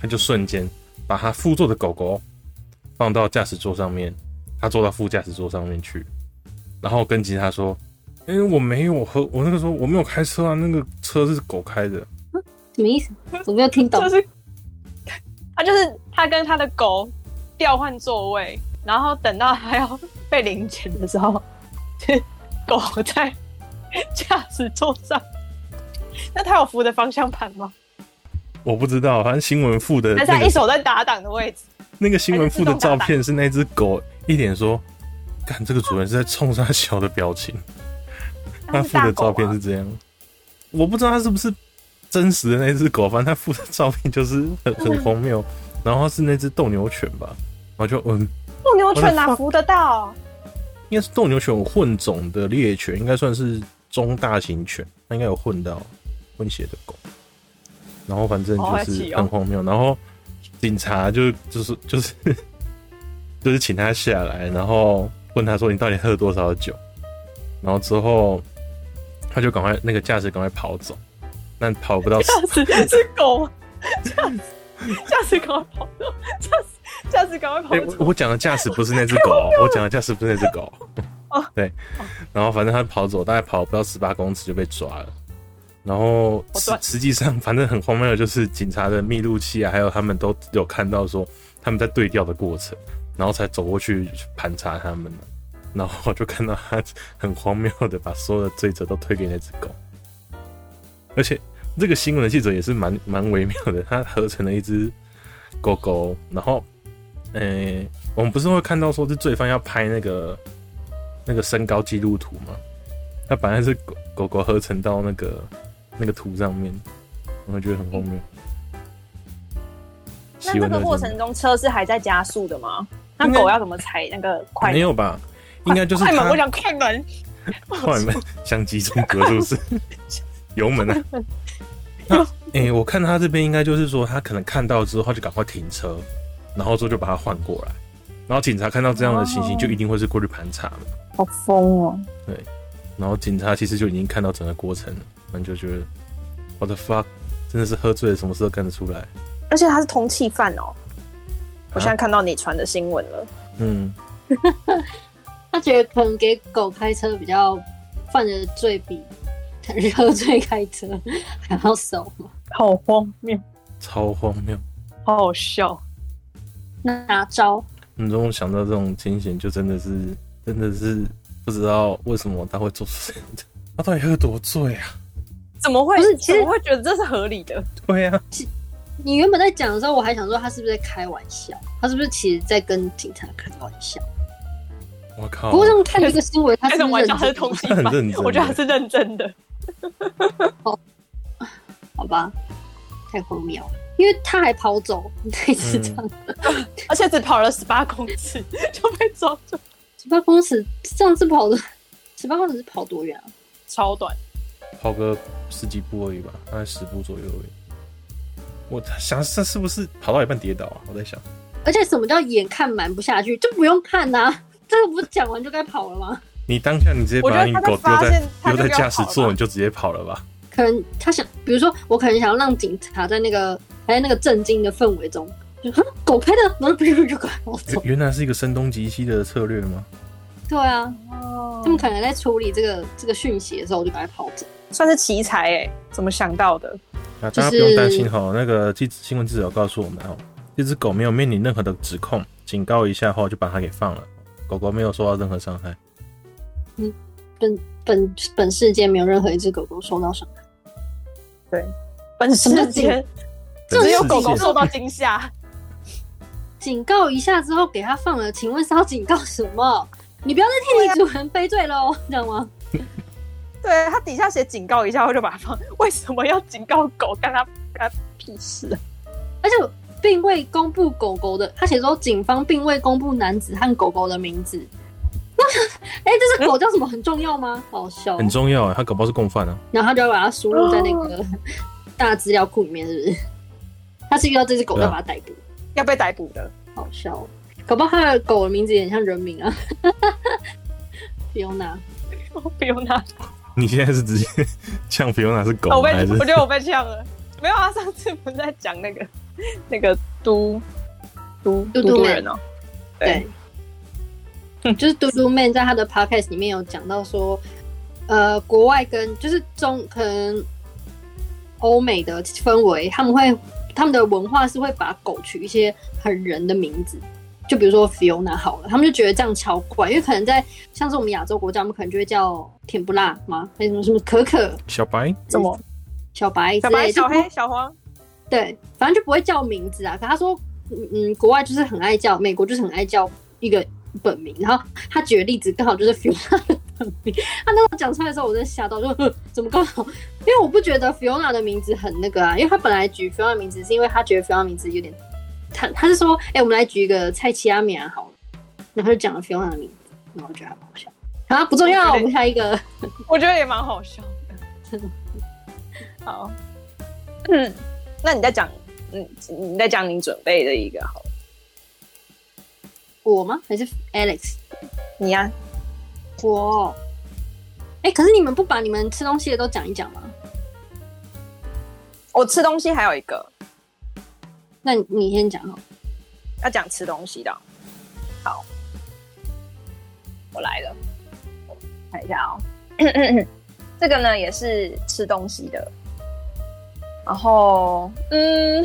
Speaker 1: 他就瞬间把他副座的狗狗放到驾驶座上面，他坐到副驾驶座上面去，然后跟警察说：“因为我没有喝，我那个时候我没有开车啊，那个车是狗开的。
Speaker 2: 什么意思？我没有听懂
Speaker 3: 就。是他就是他跟他的狗调换座位，然后等到他要被领检的时候， 狗在驾驶座上。那他有扶着方向盘吗？
Speaker 1: 我不知道，反正新闻附的
Speaker 3: 还
Speaker 1: 那
Speaker 3: 是他一
Speaker 1: 个
Speaker 3: 手在打档的位置？
Speaker 1: 那个新闻附的照片是那只狗一脸说：‘看这个主人是在冲他小的表情。’他
Speaker 3: 是
Speaker 1: 附
Speaker 3: 大
Speaker 1: 的
Speaker 3: 狗啊
Speaker 1: 照片
Speaker 3: 吗
Speaker 1: 是这样，我不知道他是不是真实的那只狗，反正他附的照片就是很很荒谬。然后是那只斗牛犬吧，然后就嗯，
Speaker 3: 斗牛犬
Speaker 1: 我的
Speaker 3: 哪扶得到？
Speaker 1: 应该是斗牛犬混种的猎犬，应该算是中大型犬，它应该有混到混血的狗。然后反正就是很荒谬，然后警察就 就是就是就是请他下来，然后问他说你到底喝了多少酒，然后之后他就赶快那个驾驶赶快跑走，但跑不到
Speaker 3: 驾驶 是狗吗？驾驶驾驶赶快跑走！驾驶驾驶赶快跑
Speaker 1: 哎、
Speaker 3: 走！
Speaker 1: 我我讲的驾驶不是那只狗哦，我讲的驾驶不是那只狗
Speaker 3: 哦。
Speaker 1: 对，然后反正他跑走，大概跑不到十八公尺就被抓了。然后
Speaker 3: 好
Speaker 1: 实
Speaker 3: 短
Speaker 1: 实际上，反正很荒谬的就是警察的密录器啊，还有他们都有看到说他们在对调的过程，然后才走过去盘查他们。然后我就看到他很荒谬的把所有的罪责都推给那只狗。而且这个新闻的记者也是蛮蛮微妙的，他合成了一只狗狗，然后，呃、我们不是会看到说是罪犯要拍那个那个身高记录图吗？他本来是狗狗狗合成到那个那个图上面，我觉得很荒谬。
Speaker 3: 那
Speaker 1: 奇
Speaker 3: 这
Speaker 1: 闻
Speaker 3: 个
Speaker 1: 乐
Speaker 3: 过
Speaker 1: 见
Speaker 3: 程中，车是还在加速的吗？那
Speaker 1: 应该
Speaker 3: 狗要怎么踩那个快
Speaker 1: 没
Speaker 3: 门？
Speaker 1: 有吧？应该就是
Speaker 3: 快门，
Speaker 1: 他
Speaker 3: 我想快门。
Speaker 1: 快门相机中隔是不 是？油门啊！那诶、我看他这边应该就是说，他可能看到之后他就赶快停车，然后之后就把他换过来，然后警察看到这样的情形，
Speaker 3: 哦
Speaker 1: 就一定会是过去盘查嘛。
Speaker 3: 好疯哦！
Speaker 1: 然后警察其实就已经看到整个过程了，那你就觉得我的 fuck，真的是喝醉了，什么事都干得出来。
Speaker 3: 而且他是通缉犯哦。我
Speaker 1: 啊
Speaker 3: 现在看到你传的新闻了，
Speaker 1: 嗯，
Speaker 2: 他觉得可能给狗开车比较犯的罪比喝醉开车还要少嘛。
Speaker 3: 好荒谬，
Speaker 1: 超荒谬。嗯
Speaker 3: 好好笑。
Speaker 2: 那拿招
Speaker 1: 你中想到这种情形，就真的是真的是不知道为什么他会做出这样的，他到底喝多 醉啊？
Speaker 3: 怎么会？
Speaker 2: 不是其实
Speaker 3: 怎么会觉得这是合理的？
Speaker 1: 对啊，
Speaker 2: 你原本在讲的时候，我还想说他是不是在开玩笑，他是不是其实在跟警察开玩笑？
Speaker 1: 我靠
Speaker 2: 不！过这样看了一个新闻，他
Speaker 3: 开
Speaker 2: 是
Speaker 3: 什
Speaker 2: 不
Speaker 3: 么
Speaker 2: 是认
Speaker 3: 玩笑？他是
Speaker 2: 真
Speaker 3: 通
Speaker 1: 他很
Speaker 3: 缉
Speaker 1: 认真
Speaker 3: 犯，我觉得他是认真的。
Speaker 2: 好吧，太荒谬了，因为他还跑走， 那一次这样，
Speaker 3: 而且只跑了十八公尺就被抓住，
Speaker 2: 十八公尺上次跑的十八公尺是跑多远啊？
Speaker 3: 超短。
Speaker 1: 跑个十几步而已吧，大概十步左右而已。我想这是不是跑到一半跌倒啊？我在想，
Speaker 2: 而且什么叫眼看瞒不下去，就不用看呐、 这个不是讲完就该跑了吗？
Speaker 1: 你当下你直接
Speaker 3: 我觉
Speaker 1: 把
Speaker 3: 得
Speaker 1: 你
Speaker 3: 他在
Speaker 1: 狗丢
Speaker 3: 发
Speaker 1: 在
Speaker 3: 现他
Speaker 1: 丢
Speaker 3: 就
Speaker 1: 在
Speaker 3: 不要
Speaker 1: 驾驶
Speaker 3: 跑了
Speaker 1: 座，
Speaker 3: 吧
Speaker 1: 你就直接跑了吧？
Speaker 2: 可能他想，比如说我可能想要让警察在那个还在那个震惊的氛围中，就哼狗开的，然后不就就赶我
Speaker 1: 原
Speaker 2: 走。
Speaker 1: 原来是一个声东击西的策略吗？
Speaker 2: 对啊，
Speaker 3: 哦
Speaker 2: 他们可能在处理这个这个讯息的时候，我就赶快跑走。
Speaker 3: 算是奇才哎、怎么想到的？
Speaker 1: 啊，
Speaker 2: 就
Speaker 1: 大家不用
Speaker 2: 是
Speaker 1: 担心哈，那个记新闻记者有告诉我们哦，这只狗没有面临任何的指控，警告一下后就把它给放了，狗狗没有受到任何伤害。
Speaker 2: 本本本世界没有任何一只狗狗受到伤害，
Speaker 3: 本世界
Speaker 1: 对
Speaker 3: 只有
Speaker 1: 是
Speaker 3: 狗狗
Speaker 1: 是
Speaker 3: 受到惊吓，
Speaker 2: 警告一下之后给它放了，请问是要警告什么？你不要再替你主人背罪喽， 知道吗？
Speaker 3: 对他底下写警告一下，我就把它放。为什么要警告狗？干他干他屁事 啊？
Speaker 2: 而且并未公布狗狗的，他写说警方并未公布男子和狗狗的名字。 那哎、这只狗叫什么很重要吗？好笑哦。
Speaker 1: 很重要啊，它搞不好是共犯啊。
Speaker 2: 然后他就要把它输入在那个 大资料库里面，是不 是？他是遇到这只狗
Speaker 1: 对啊
Speaker 2: 要把它逮捕，
Speaker 3: 要被逮捕的，
Speaker 2: 好笑哦。搞不好他的狗的名字也很像人名啊。 不用拿，
Speaker 3: 不用他。
Speaker 1: 你现在是直接呛菲欧娜是
Speaker 3: 哦我
Speaker 1: 狗
Speaker 3: 被
Speaker 1: 还是
Speaker 3: 我？觉得我被呛了。没有啊，上次不是在讲那个那个嘟嘟
Speaker 2: 嘟嘟
Speaker 3: 嘟
Speaker 2: 妹
Speaker 3: 人哦、
Speaker 2: 对， 就是嘟嘟妹在她的 podcast 里面有讲到说，呃，国外跟就是中可能欧美的氛围，他们会他们的文化是会把狗取一些很人的名字，就比如说 Fiona 好了，他们就觉得这样超怪，因为可能在像是我们亚洲国家，我们可能就会叫甜不辣嘛，还有什么什么可可、
Speaker 1: 小白
Speaker 3: 怎么
Speaker 2: 小白之
Speaker 3: 小
Speaker 2: 类
Speaker 3: 白、
Speaker 2: 的，
Speaker 3: 小
Speaker 2: 就
Speaker 3: 黑、小黄？
Speaker 2: 对，反正就不会叫名字啊。可他说，嗯嗯，国外就是很爱叫，美国就是很爱叫一个本名。然后他举的例子刚好就是 Fiona 的本名。他那时候讲出来的时候，我真的吓到，就呵怎么刚好？因为我不觉得 Fiona 的名字很那个啊，因为他本来举 Fiona 的名字是因为他觉得 Fiona 的名字有点，他他是说，哎、我们来举一个蔡奇阿米亚好了，然后就讲了 Fiona 的名字，然后我觉得还蛮好笑。啊，不重要，我们下一个。
Speaker 3: 我觉得也蛮好笑的。 好，嗯，那你在讲，嗯，你在讲你准备的一个好了，
Speaker 2: 我吗？还是 Alex？
Speaker 3: 你啊呀、
Speaker 2: 我，哎、可是你们不把你们吃东西的都讲一讲吗？
Speaker 3: 我吃东西还有一个
Speaker 2: 那你你先讲好。
Speaker 3: 要讲吃东西的哦。好，我来了，我看一下哦。 这个呢也是吃东西的，然后嗯，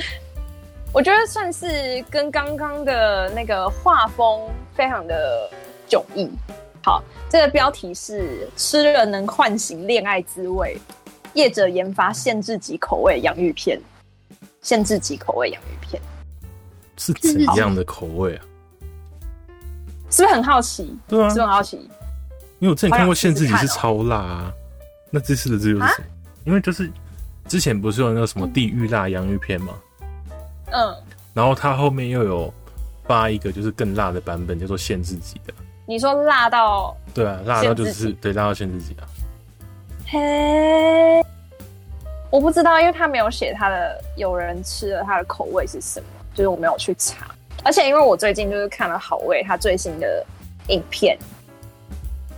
Speaker 3: 我觉得算是跟刚刚的那个画风非常的迥异。好，这个标题是“吃了能唤醒恋爱滋味”，业者研发限制级口味洋芋片，限制级口味洋芋片，
Speaker 1: 是怎样的口味啊？
Speaker 3: 是不是很好奇？
Speaker 1: 对啊
Speaker 3: 是不是很好奇？
Speaker 1: 因为我之前看过
Speaker 3: 好想
Speaker 1: 限
Speaker 3: 试
Speaker 1: 制
Speaker 3: 试
Speaker 1: 级
Speaker 3: 看
Speaker 1: 是
Speaker 3: 哦
Speaker 1: 超辣啊，那这次的这又是
Speaker 3: 啊
Speaker 1: 什么？因为就是之前不是有那个什么地狱辣洋芋片吗？
Speaker 3: 嗯，
Speaker 1: 然后它后面又有发一个就是更辣的版本，叫做限制级的。
Speaker 3: 你说辣到
Speaker 1: 对啊，辣到就
Speaker 3: 限制
Speaker 1: 是
Speaker 3: 级
Speaker 1: 对辣到限制级啊。
Speaker 3: 嘿，我不知道，因为他没有写他的有人吃了他的口味是什么，就是我没有去查。而且因为我最近就是看了好味他最新的影片，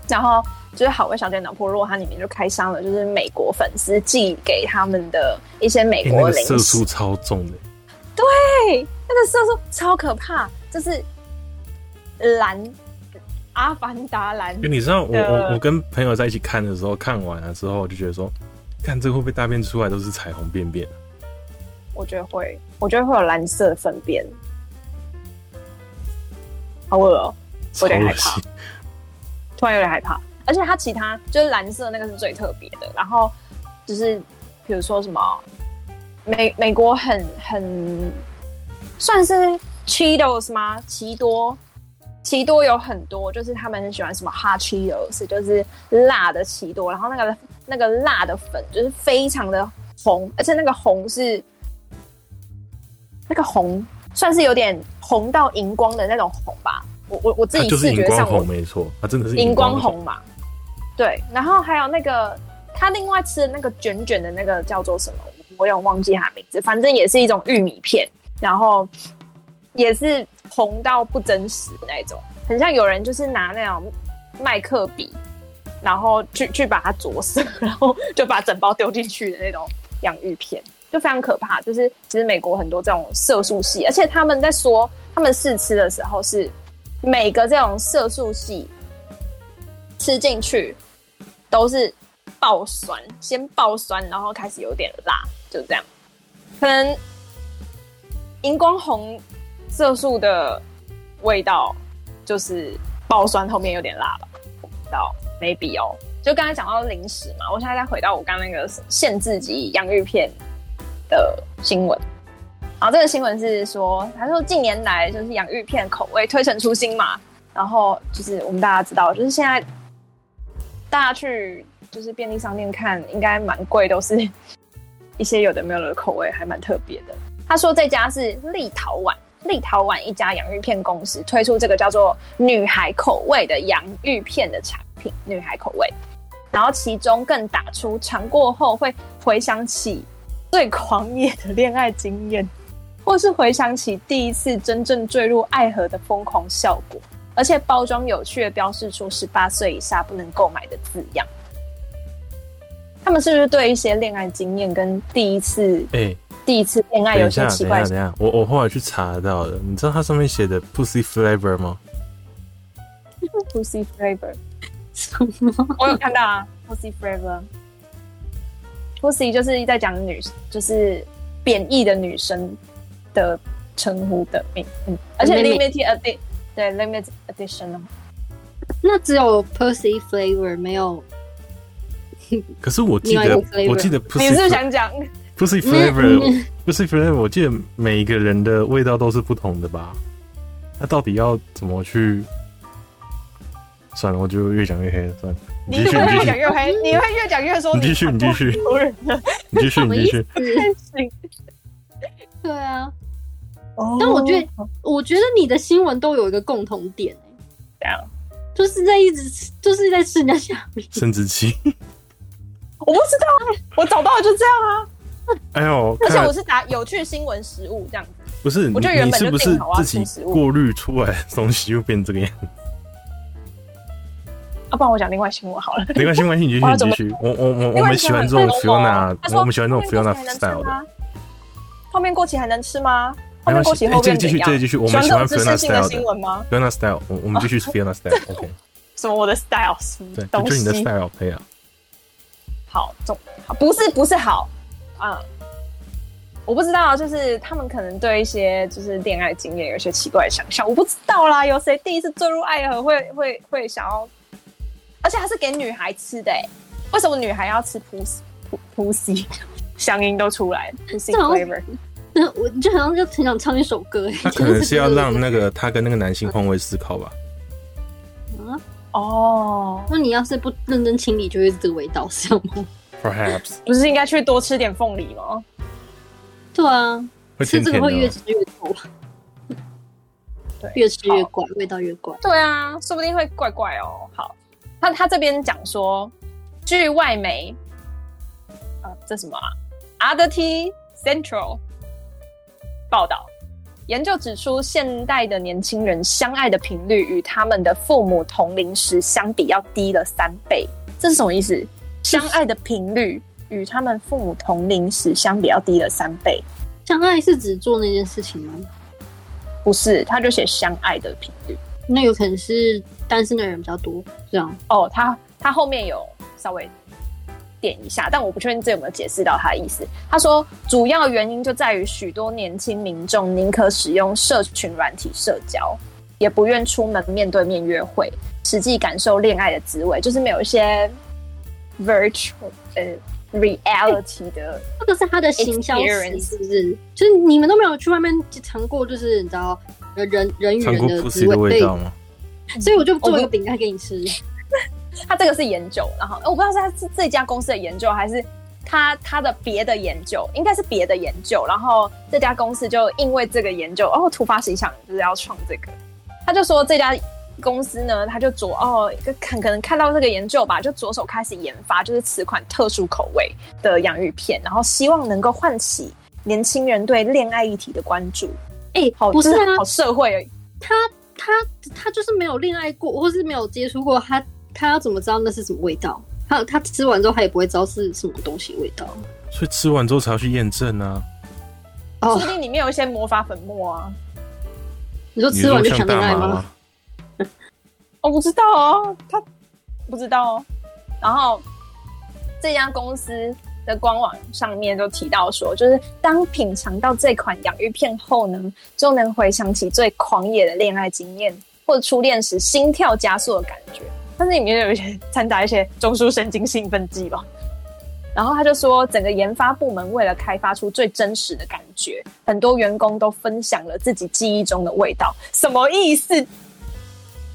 Speaker 3: 然后就是好味小姐脑破落，它里面就开箱了，就是美国粉丝寄给他们的一些美
Speaker 1: 哎、那
Speaker 3: 国
Speaker 1: 个
Speaker 3: 零
Speaker 1: 色
Speaker 3: 食
Speaker 1: 素，超重的、
Speaker 3: 对，那个色素超可怕，就是蓝阿凡达蓝
Speaker 1: 因为你知道我，我我
Speaker 3: 对啊
Speaker 1: 跟朋友在一起看的时候，看完了之后我就觉得说，看这个会不会大便出来都是彩虹便啊便？
Speaker 3: 我觉得会，我觉得会有蓝色的粪便，好恶哦、
Speaker 1: 超
Speaker 3: 我有点
Speaker 1: 恶
Speaker 3: 害怕
Speaker 1: 心。，
Speaker 3: 突然有点害怕。而且它其他就是蓝色那个是最特别的，然后就是比如说什么美美国很很算是 Cheetos 吗？奇多。奇多有很多，就是他们很喜欢什么 hot Cheetos，就是辣的奇多，然后那个那个辣的粉就是非常的红，而且那个红是那个红算是有点红到荧光的那种红吧。我我我自
Speaker 1: 它
Speaker 3: 己
Speaker 1: 啊就是
Speaker 3: 视
Speaker 1: 荧
Speaker 3: 觉
Speaker 1: 光
Speaker 3: 上我
Speaker 1: 红，没错，它真的是
Speaker 3: 荧光
Speaker 1: 光。
Speaker 3: 红嘛。对，然后还有那个他另外吃的那个卷卷的那个叫做什么，我有点忘记它名字，反正也是一种玉米片，然后也是红到不真实的那种，很像有人就是拿那种麦克笔，然后去去把它着色，然后就把整包丢进去的那种洋芋片。就非常可怕，就是其实美国很多这种色素系，而且他们在说他们试吃的时候是每个这种色素系吃进去都是爆酸，先爆酸，然后开始有点辣，就这样。可能荧光红色素的味道就是爆酸，后面有点辣吧，我不知道，maybe 哦。就刚才讲到零食嘛，我现在再回到我刚那个限制级洋芋片的新闻。然后这个新闻是说，他说近年来就是洋芋片口味推陈出新嘛，然后就是我们大家知道，就是现在大家去就是便利商店看，应该蛮贵，都是一些有的没有的口味，还蛮特别的。他说这家是立陶宛，立陶宛一家洋芋片公司推出这个叫做“女孩口味”的洋芋片的产品，女孩口味。然后其中更打出尝过后会回想起最狂野的恋爱经验，或是回想起第一次真正坠入爱河的疯狂效果。而且包装有趣的标示出十八岁以下不能购买的字样。他们是不是对一些恋爱经验跟第一次
Speaker 1: 哎、
Speaker 3: 第一次恋爱
Speaker 1: 等
Speaker 3: 有
Speaker 1: 一下
Speaker 3: 些，
Speaker 1: 等
Speaker 3: 奇
Speaker 1: 一
Speaker 3: 怪
Speaker 1: 下，等一下，我我后来去查到的，你知道它上面写的 pussy flavor 吗？
Speaker 3: ？Pussy flavor，
Speaker 2: 什么？
Speaker 3: 我有看到啊，Pussy flavor。Pussy 就是在讲女，就是贬义的女生的称呼的名，嗯，而且
Speaker 2: Limit
Speaker 3: limited edition，对 limited edition 哦
Speaker 2: 那只有 Percy flavor 没有，
Speaker 1: 可是我记
Speaker 2: 另
Speaker 1: 得
Speaker 2: 外一个 flavor
Speaker 1: 我记得
Speaker 3: 你
Speaker 1: pussy
Speaker 3: 是不是
Speaker 1: fla-
Speaker 3: 想讲？
Speaker 1: pussy
Speaker 2: 嗯
Speaker 1: flavor pussy flavor，我记得每一个人的味道都是不同的吧？那到底要怎么去？算了，我就越讲越黑了。算了，
Speaker 3: 你
Speaker 1: 继续，
Speaker 3: 会
Speaker 1: 你
Speaker 3: 越
Speaker 1: 继
Speaker 3: 讲
Speaker 1: 续，
Speaker 3: 越黑，你会越讲越说
Speaker 1: 你继续，你继续，
Speaker 3: 突人的
Speaker 1: 你继续，
Speaker 2: 什么
Speaker 1: 你
Speaker 2: 意
Speaker 1: 继
Speaker 2: 思
Speaker 1: 续。？
Speaker 2: 对啊，
Speaker 3: 哦
Speaker 2: 但我觉得我觉得你的新闻都有一个共同点、欸
Speaker 3: 这样，
Speaker 2: 就是在一直吃，就是在吃人家下面。
Speaker 1: 生殖器，
Speaker 3: 我不知道啊，我找到的就这样啊，
Speaker 1: 哎呦，
Speaker 3: 而且
Speaker 1: 看
Speaker 3: 我是打有趣新闻食物这样子，
Speaker 1: 不是你
Speaker 3: 我就原
Speaker 1: 你
Speaker 3: 本
Speaker 1: 是
Speaker 3: 就
Speaker 1: 不是
Speaker 3: 定好啊
Speaker 1: 自己
Speaker 3: 吃食物
Speaker 1: 过滤出来的东西就变这个样？
Speaker 3: 啊要、不然我讲另外新闻好了。
Speaker 1: 没关系，没关系，你继续，
Speaker 3: 哇
Speaker 1: 你继
Speaker 3: 怎么
Speaker 1: 续。我我我
Speaker 3: 另
Speaker 1: 我
Speaker 3: 外
Speaker 1: 们
Speaker 3: 一
Speaker 1: 喜
Speaker 3: 新闻
Speaker 1: 欢
Speaker 3: 很
Speaker 1: 这种
Speaker 3: 欧盟
Speaker 1: Fiona，
Speaker 3: 他说
Speaker 1: 我们喜欢这种
Speaker 3: 泡面
Speaker 1: Fiona
Speaker 3: 过期还能吃
Speaker 1: style 的。
Speaker 3: 吗泡面过期还能吃吗？泡
Speaker 1: 没关
Speaker 3: 面
Speaker 1: 系
Speaker 3: 过期
Speaker 1: 哎
Speaker 3: 后
Speaker 1: 这个
Speaker 3: 变
Speaker 1: 继
Speaker 3: 怎
Speaker 1: 续
Speaker 3: 样？
Speaker 1: 这个继续我们
Speaker 3: 喜欢
Speaker 1: 喜
Speaker 3: 这
Speaker 1: 欢
Speaker 3: 种知识性
Speaker 1: Fiona style
Speaker 3: 的
Speaker 1: 的
Speaker 3: 新闻吗？
Speaker 1: Fiona style，我我们继续 是 Fiona style，OK，
Speaker 3: 什么我的 style 什么
Speaker 1: 对，
Speaker 3: 东
Speaker 1: 就是你的
Speaker 3: 西？
Speaker 1: style 可以啊。
Speaker 3: 好，总好不是不是好，嗯，我不知道，啊就是他们可能对一些就是恋爱经验有一些奇怪的想象，我不知道啦。有谁第一次坠入爱河会会会想要？而且还是给女孩吃的、欸，为什么女孩要吃 pussy pussy，乡 音都出来了，pussy
Speaker 2: 这好
Speaker 3: flavor。
Speaker 2: 那我就好像就很想唱一首歌，欸
Speaker 1: 他可能是要让那个他跟那个男性换位思考吧。
Speaker 2: 啊，
Speaker 3: 哦，
Speaker 2: 那你要是不认真清理，就会是这个味道，是吗？
Speaker 1: Perhaps
Speaker 3: 不是应该去多吃点凤梨吗？
Speaker 2: 对啊，
Speaker 1: 会
Speaker 2: 吃
Speaker 1: 甜
Speaker 2: 这个
Speaker 1: 甜
Speaker 2: 会越
Speaker 1: 的，
Speaker 2: 吃越臭
Speaker 3: 对，
Speaker 2: 越吃越怪，味道越怪。
Speaker 3: 对啊，说不定会怪怪哦。好，他他这边讲说，据外媒，啊、这什么啊 a d e t Central 报道，研究指出，现代的年轻人相爱的频率与他们的父母同龄时相比要低了三倍。这是什么意思？相爱的频率与他们父母同龄时相比要低了三倍。
Speaker 2: 相爱是指做那件事情吗？
Speaker 3: 不是，他就写相爱的频率。
Speaker 2: 那有可能是单身的人比较多，这样
Speaker 3: 哦，他他后面有稍微点一下，但我不确定这有没有解释到他的意思。他说，主要原因就在于许多年轻民众宁可使用社群软体社交，也不愿出门面对面约会，实际感受恋爱的滋味，就是没有一些 virtual 呃 reality 的。
Speaker 2: 这个是他的行销词
Speaker 3: Experience
Speaker 2: 是不是？就是你们都没有去外面尝过，就是你知道人人与
Speaker 1: 尝
Speaker 2: 人
Speaker 1: 过
Speaker 2: 的
Speaker 1: pussy
Speaker 2: 滋
Speaker 1: 的味
Speaker 2: 味，
Speaker 1: 道吗？
Speaker 2: 对，所以我就
Speaker 3: 哦
Speaker 2: 做一个饼干给你 吃。
Speaker 3: 他这个是研究，然后呃我不知道是他是这家公司的研究，还是他他的别的研究，应该是别的研究。然后这家公司就因为这个研究，哦，突发奇想就是要创这个。他就说这家公司呢，他就左哦，看可能看到这个研究吧，就着手开始研发，就是此款特殊口味的洋芋片，然后希望能够唤起年轻人对恋爱议题的关注。
Speaker 2: 哎、
Speaker 3: 好，
Speaker 2: 不是
Speaker 3: 真
Speaker 2: 啊
Speaker 3: 的，好社会哦
Speaker 2: 他他他就是没有恋爱过，或是没有接触过，他他要怎么知道那是什么味道？他他吃完之后，他也不会知道是什么东西味道。
Speaker 1: 所以吃完之后才要去验证啊。
Speaker 2: 哦
Speaker 3: 说不定里面有一些魔法粉末啊。
Speaker 2: 你说
Speaker 1: 你
Speaker 2: 吃
Speaker 1: 说
Speaker 2: 完就
Speaker 1: 像
Speaker 2: 想
Speaker 1: 大
Speaker 2: 恋爱
Speaker 1: 麻
Speaker 2: 吗？
Speaker 1: 吗？
Speaker 3: 我不知道哦，他不知道哦。然后这家公司的官网上面就提到说，就是当品尝到这款洋芋片后呢，就能回想起最狂野的恋爱经验，或者初恋时心跳加速的感觉。但是里面有一些掺杂一些中枢神经兴奋剂吧。然后他就说，整个研发部门为了开发出最真实的感觉，很多员工都分享了自己记忆中的味道。什么意思？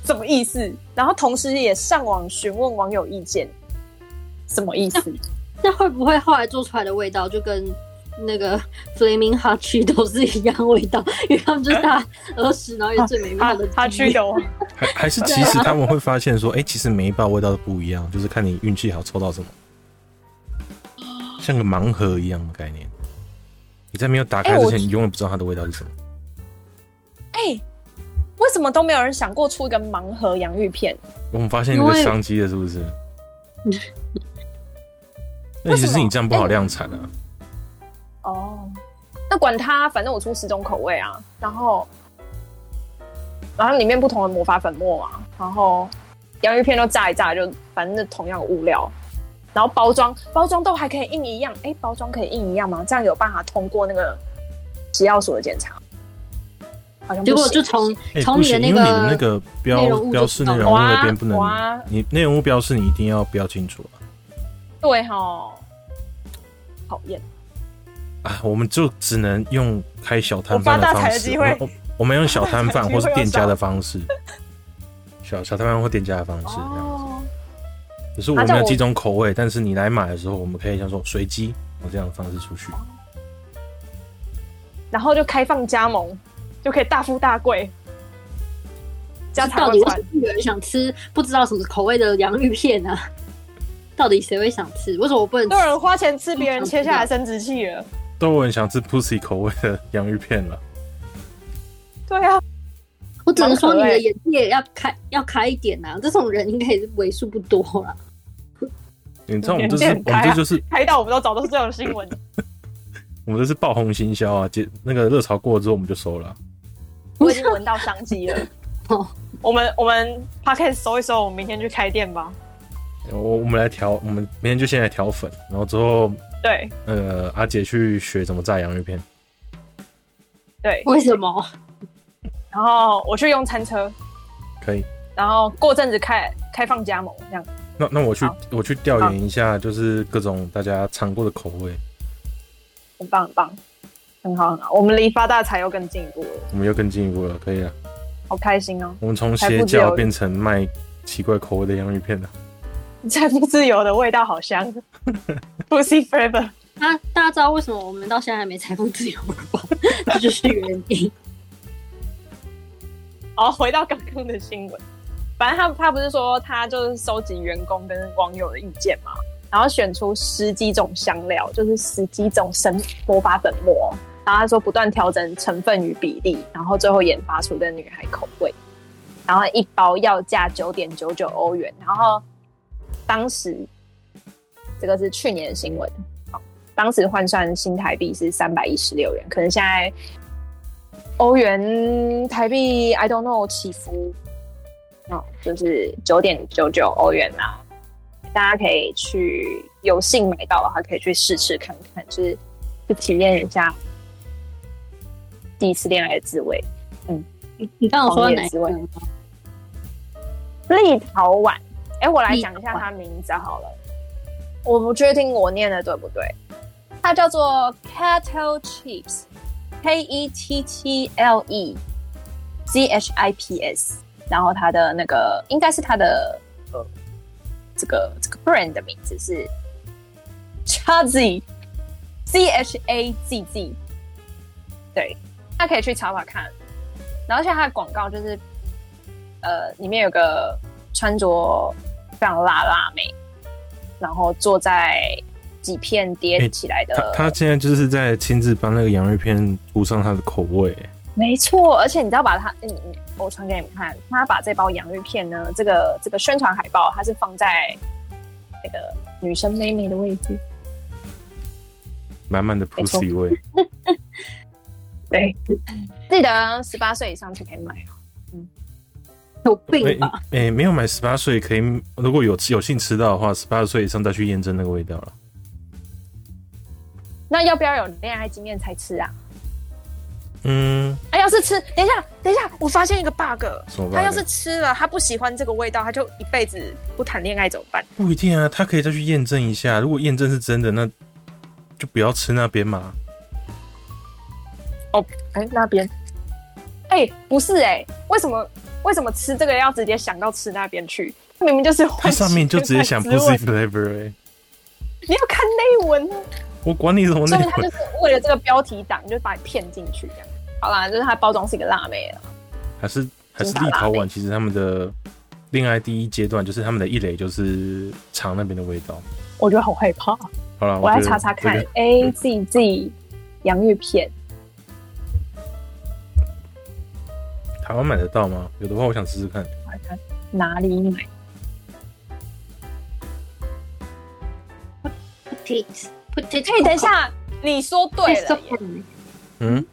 Speaker 3: 什么意思？然后同时也上网询问网友意见，什么意思？
Speaker 2: 那会不会后来做出来的味道就跟那个 Flaming Hot Cheetos 是一样的味道？ 因为他们就是大家
Speaker 3: 哎
Speaker 2: 儿时，然后也最美
Speaker 3: 他
Speaker 2: 妙的
Speaker 3: 他
Speaker 2: 记忆
Speaker 3: 去的哦，
Speaker 1: 还还是其实
Speaker 2: 啊
Speaker 1: 他们会发现说，哎、其实每一包味道都不一样，就是看你运气好抽到什么，像个盲盒一样的概念。你在没有打开之
Speaker 3: 哎我
Speaker 1: 前，你永远不知道它的味道是什么。
Speaker 3: 哎、为什么都没有人想过出一个盲盒洋芋片？
Speaker 1: 我们发现那个
Speaker 2: 因为
Speaker 1: 商机了，是不 是？那其实你这样不好量产
Speaker 2: 哎
Speaker 1: 啊。
Speaker 3: 哦，那管他，反正我出十种口味啊，然后，然后里面不同的魔法粉末啊，然后洋芋片都炸一炸，就反正是同样的物料，然后包装包装都还可以印一样，哎，包装可以印一样吗？这样有办法通过那个食药所的检查？好像不
Speaker 2: 结果
Speaker 3: 行
Speaker 2: 就从
Speaker 1: 哎、
Speaker 2: 从
Speaker 1: 不
Speaker 2: 你的
Speaker 1: 行，因为你的那个
Speaker 2: 内
Speaker 1: 标
Speaker 2: 容物
Speaker 1: 标
Speaker 2: 就
Speaker 1: 示
Speaker 2: 知道
Speaker 1: 内
Speaker 2: 了
Speaker 1: 容物那
Speaker 3: 哇
Speaker 1: 边不能
Speaker 3: 哇，
Speaker 1: 你内容物标示你一定要标清楚啊
Speaker 3: 对哈，讨厌。
Speaker 1: 啊！我们就只能用开小摊
Speaker 3: 我发
Speaker 1: 贩
Speaker 3: 大
Speaker 1: 方
Speaker 3: 财的
Speaker 1: 式，
Speaker 3: 机
Speaker 1: 我
Speaker 3: 会
Speaker 1: 我我们用小摊贩
Speaker 3: 机
Speaker 1: 或
Speaker 3: 会
Speaker 1: 是
Speaker 3: 要
Speaker 1: 店家
Speaker 3: 少
Speaker 1: 的方式，小小摊贩或店家的方式这样子。
Speaker 3: 哦，
Speaker 1: 可是我
Speaker 3: 啊
Speaker 1: 们
Speaker 3: 这样
Speaker 1: 有
Speaker 3: 我
Speaker 1: 几种口味，但是你来买的时候，我们可以像说随机，我这样的方式出
Speaker 3: 哦
Speaker 1: 去。
Speaker 3: 然后就开放加盟，就可以大富大贵。家
Speaker 2: 就
Speaker 3: 常
Speaker 2: 到
Speaker 3: 万
Speaker 2: 底为
Speaker 3: 贯
Speaker 2: 什么有人想吃不知道什么口味的洋芋片呢、啊？ 到底谁会想吃？为什么我不能吃
Speaker 3: 都有？人花钱吃别人切下来生殖器了。
Speaker 1: 都有人想吃 pussy 口味的 洋芋片了，
Speaker 3: 对啊，
Speaker 2: 我只能说你
Speaker 3: 蛮可爱
Speaker 2: 的眼界要开要开一点呐、啊，这种人应该也是为数不多啦。
Speaker 1: 你知道我们这是、
Speaker 3: 眼界很
Speaker 1: 我
Speaker 3: 开啊
Speaker 1: 们这就是
Speaker 3: 拍到我们都找到这种新闻。
Speaker 1: 我们这是爆红行销啊！结那个热潮过了之后，我们就收了啊、
Speaker 3: 我已经闻到商机了
Speaker 2: 哦。
Speaker 3: 我们我们 p o c a s t 搜一搜，我们明天去开店吧。
Speaker 1: 我我们来调，我们明天就先来调粉，然后之后
Speaker 3: 对
Speaker 1: 呃阿姐去学怎么炸洋芋片，
Speaker 3: 对，
Speaker 2: 为什么？
Speaker 3: 然后我去用餐车，
Speaker 1: 可以
Speaker 3: 然后过阵子开开放加盟这样。
Speaker 1: 那那我去
Speaker 3: 好
Speaker 1: 我去调研一下，就是各种大家尝过的口味，
Speaker 3: 很棒很棒，很好很好，我们离发大财又更进一步了，
Speaker 1: 我们又更进一步了，可以了。
Speaker 3: 好开心哦！
Speaker 1: 我们从
Speaker 3: 还
Speaker 1: 邪
Speaker 3: 不只
Speaker 1: 教
Speaker 3: 有
Speaker 1: 变成卖奇怪口味的洋芋片了。
Speaker 3: 财富自由的味道好香，Pussy Forever。
Speaker 2: 那啊大家知道为什么我们到现在还没财富自由了吧？ 这就是原因。
Speaker 3: 哦，回到刚刚的新闻，反正他他不是说他就是收集员工跟网友的意见嘛，然后选出十几种香料，就是十几种神魔法粉末，然后他说不断调整成分与比例，然后最后研发出的女孩口味，然后一包要价九点九九欧元，然后当时这个是去年的新闻，好当时换算新台币是三百一十六元，可能现在。欧元、台币，I don't know 起伏，哦，就是九点九九欧元啦、大家可以去有幸买到的话，可以去试试看看，就是去体验一下第一次恋爱的滋味。
Speaker 2: 你刚刚有说哪一个
Speaker 3: 狂
Speaker 2: 吗
Speaker 3: 野？立陶宛，哎、我来
Speaker 2: 立
Speaker 3: 讲一下
Speaker 2: 陶宛
Speaker 3: 它名字好了，我不确定我念的对不对，它叫做 Kettle Chips，K E T T L E C H I P S，然后它的那个应该是它的呃这个这个 brand 的名字是 Chazzy C H A Z Z，对，大家可以去查查看。然后现在它的广告就是，呃，里面有个穿着非常辣辣妹，然后坐在几片叠起来的，
Speaker 1: 他哎他现在就是在亲自帮那个洋芋片涂上他的口味，
Speaker 3: 没错，而且你知道把它，嗯，嗯我传给你们看，他把这包洋芋片呢，这个这个宣传海报，它是放在那个女生妹妹的位置，
Speaker 1: 满满的
Speaker 3: 没错
Speaker 1: pussy 味。哎
Speaker 3: 对，记得十八岁以上才可以买哦。
Speaker 2: 有
Speaker 1: 哎
Speaker 2: 病吧？
Speaker 1: 哎、没有满十八岁可以，如果有有幸吃到的话，十八岁以上再去验证那个味道了。
Speaker 3: 那要不要有恋爱经验才吃啊？
Speaker 1: 嗯，
Speaker 3: 啊，要是吃，等一下，等一下，我发现一个 bug，
Speaker 1: 什么 bug？
Speaker 3: 他要是吃了，他不喜欢这个味道，他就一辈子不谈恋爱怎么办？
Speaker 1: 不一定啊，他可以再去验证一下。如果验证是真的，那就不要吃那边嘛。
Speaker 3: 哎、那边，哎、不是哎、为什么为什么吃这个要直接想到吃那边去？它明明就是
Speaker 1: 他
Speaker 3: 换
Speaker 1: 上面就直接想
Speaker 3: 新鲜
Speaker 1: pussy
Speaker 3: 的滋味
Speaker 1: flavor 哎、
Speaker 3: 你要看内文啊，
Speaker 1: 我管你什么
Speaker 3: 所
Speaker 1: 那
Speaker 3: 以他
Speaker 1: 会
Speaker 3: 就，是为了这个标题党，就把你骗进去这样。好啦，就是他包装是一个辣妹了，
Speaker 1: 还是还是立陶宛，其实他们的恋爱第一阶段就是他们的一垒就是尝那边的味道。
Speaker 3: 我觉得好害怕。
Speaker 1: 好了，
Speaker 3: 我来
Speaker 1: 觉得
Speaker 3: 查查看
Speaker 1: 这个
Speaker 3: A Z Z 洋芋片，
Speaker 1: 台湾买得到吗？有的话，我想试试看。
Speaker 3: 我来看哪里买。
Speaker 2: Put it, put it.
Speaker 3: 哎、等一，下，你说对了耶。
Speaker 2: 哎
Speaker 1: 嗯，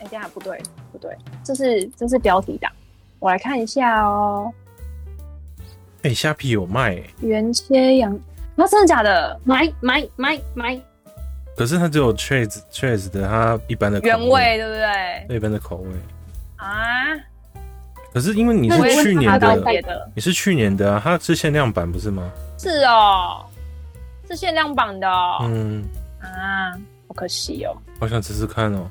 Speaker 3: 哎、等一下不对，不对，这是这是标题党。我来看一下哦，
Speaker 1: 哎、虾皮有卖、欸，
Speaker 3: 原切洋，那、真的假的？
Speaker 2: 买买买买，
Speaker 1: 可是它只有 cheese cheese 的，它一般的口
Speaker 3: 原味，对不对？
Speaker 1: 对一般的口味。
Speaker 3: 啊，
Speaker 1: 可是因为你
Speaker 2: 那我也
Speaker 1: 是
Speaker 2: 会
Speaker 1: 去
Speaker 2: 查
Speaker 1: 年
Speaker 2: 到
Speaker 1: 的，
Speaker 3: 别的
Speaker 1: 你是去年的、啊，它是限量版不是吗？
Speaker 3: 是哦，是限量版的哦、
Speaker 1: 嗯，
Speaker 3: 啊，好可惜哦。
Speaker 1: 好想试试看哦。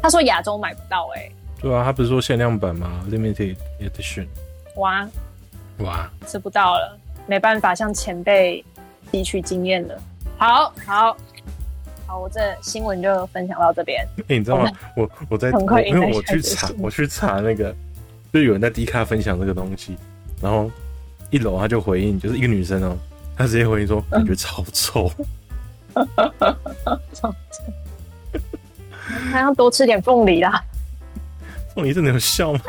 Speaker 3: 他说亚洲买不到、哎
Speaker 1: 对啊，它不是说限量版吗？Limited Edition。
Speaker 3: 哎，哇，
Speaker 1: 哇，
Speaker 3: 吃不到了，没办法向前辈汲取经验了。好好好，我这新闻就分享到这边。
Speaker 1: 欸你知道吗？我我在
Speaker 3: 很快
Speaker 1: 我因
Speaker 3: 应该
Speaker 1: 为我
Speaker 3: 开
Speaker 1: 去
Speaker 3: 始
Speaker 1: 查
Speaker 3: 是，
Speaker 1: 我去查那个，就有人在 D 卡分享这个东西，然后一楼他就回应，就是一个女生哦、她直接回应
Speaker 3: 嗯
Speaker 1: 说感觉超臭，
Speaker 3: 还要多吃点凤梨啦，
Speaker 1: 凤梨真的有效吗？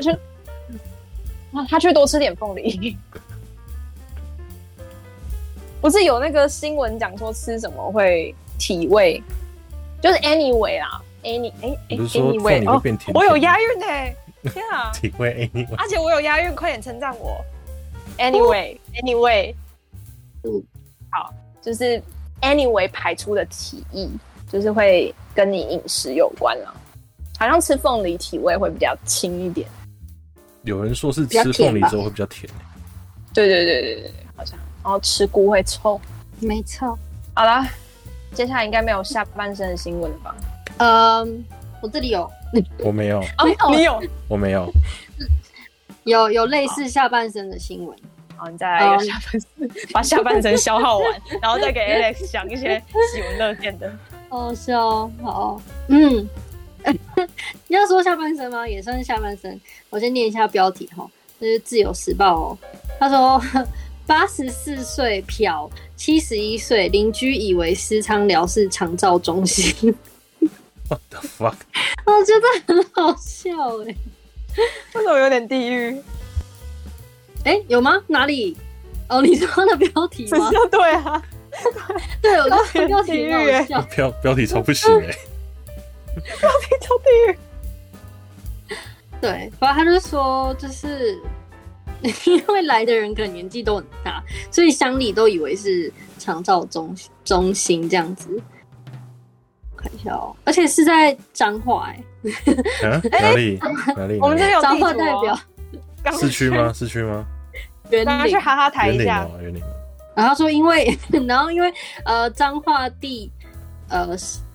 Speaker 3: 啊他去多吃点凤梨。不是有那个新闻讲说吃什么会体味，就是 anyway 啦，any 哎哎
Speaker 1: 你不是说凤
Speaker 3: anyway
Speaker 1: 梨
Speaker 3: 哦
Speaker 1: 会，变甜甜？
Speaker 3: 我有押韵呢、天啊！
Speaker 1: 体味 anyway，
Speaker 3: 而且我有押韵，快点称赞我。Anyway，Anyway，
Speaker 2: 嗯
Speaker 3: 好，就是 Anyway 排出的体液，就是会跟你饮食有关了。好像吃凤梨体味会比较轻一点。
Speaker 1: 有人说是
Speaker 2: 比较
Speaker 1: 吃
Speaker 2: 甜
Speaker 1: 凤梨
Speaker 2: 吧
Speaker 1: 之后会比较甜，
Speaker 3: 对对对对对，好像然后吃菇会臭。
Speaker 2: 没错。
Speaker 3: 好啦，接下来应该没有下半身的新闻了吧？
Speaker 2: 嗯，我这里有
Speaker 1: 欸我没有，
Speaker 2: 没有
Speaker 3: 哦你有
Speaker 1: 我没有，
Speaker 2: 有有类似下半身的新闻，
Speaker 3: 好，你再来一个下半身，把下半身消耗完，然后再 给 Alex 讲一些喜闻乐见的。
Speaker 2: 哦，是哦，好哦， 嗯，你要说下半身吗？也算是下半身。我先念一下标题哈，这是《自由时报》哦，他说。 八十四岁嫖，七十一岁邻居以为私娼疗是长照中心，
Speaker 1: What the fuck？
Speaker 2: 我觉得很好笑哎、
Speaker 3: 为什么有点地狱？
Speaker 2: 哎、有吗？哪里？哦，你说他的标题
Speaker 3: 只
Speaker 2: 吗？
Speaker 3: 是对啊，
Speaker 2: 对，我觉得标题很好 笑。
Speaker 1: 标标题超不行哎、
Speaker 3: 非常地狱。
Speaker 2: 对，反正他就说，就是 因为来的人可能年纪都很大，所以乡里都以为是长照中中心这样子。看一下哦，而且是在彰化哎、
Speaker 1: 啊，哪里哪里？
Speaker 3: 哎我们这里有
Speaker 2: 彰
Speaker 3: 地
Speaker 2: 化
Speaker 3: 主
Speaker 2: 代表
Speaker 3: 哦，刚
Speaker 1: 市区吗？市区吗？
Speaker 2: 园
Speaker 3: 大家
Speaker 2: 林
Speaker 3: 去。哈哈台
Speaker 1: 园
Speaker 3: 一
Speaker 1: 林
Speaker 3: 下
Speaker 1: 啊，，园林啊。
Speaker 2: 然后他说因为， 然后因为呃彰化地呃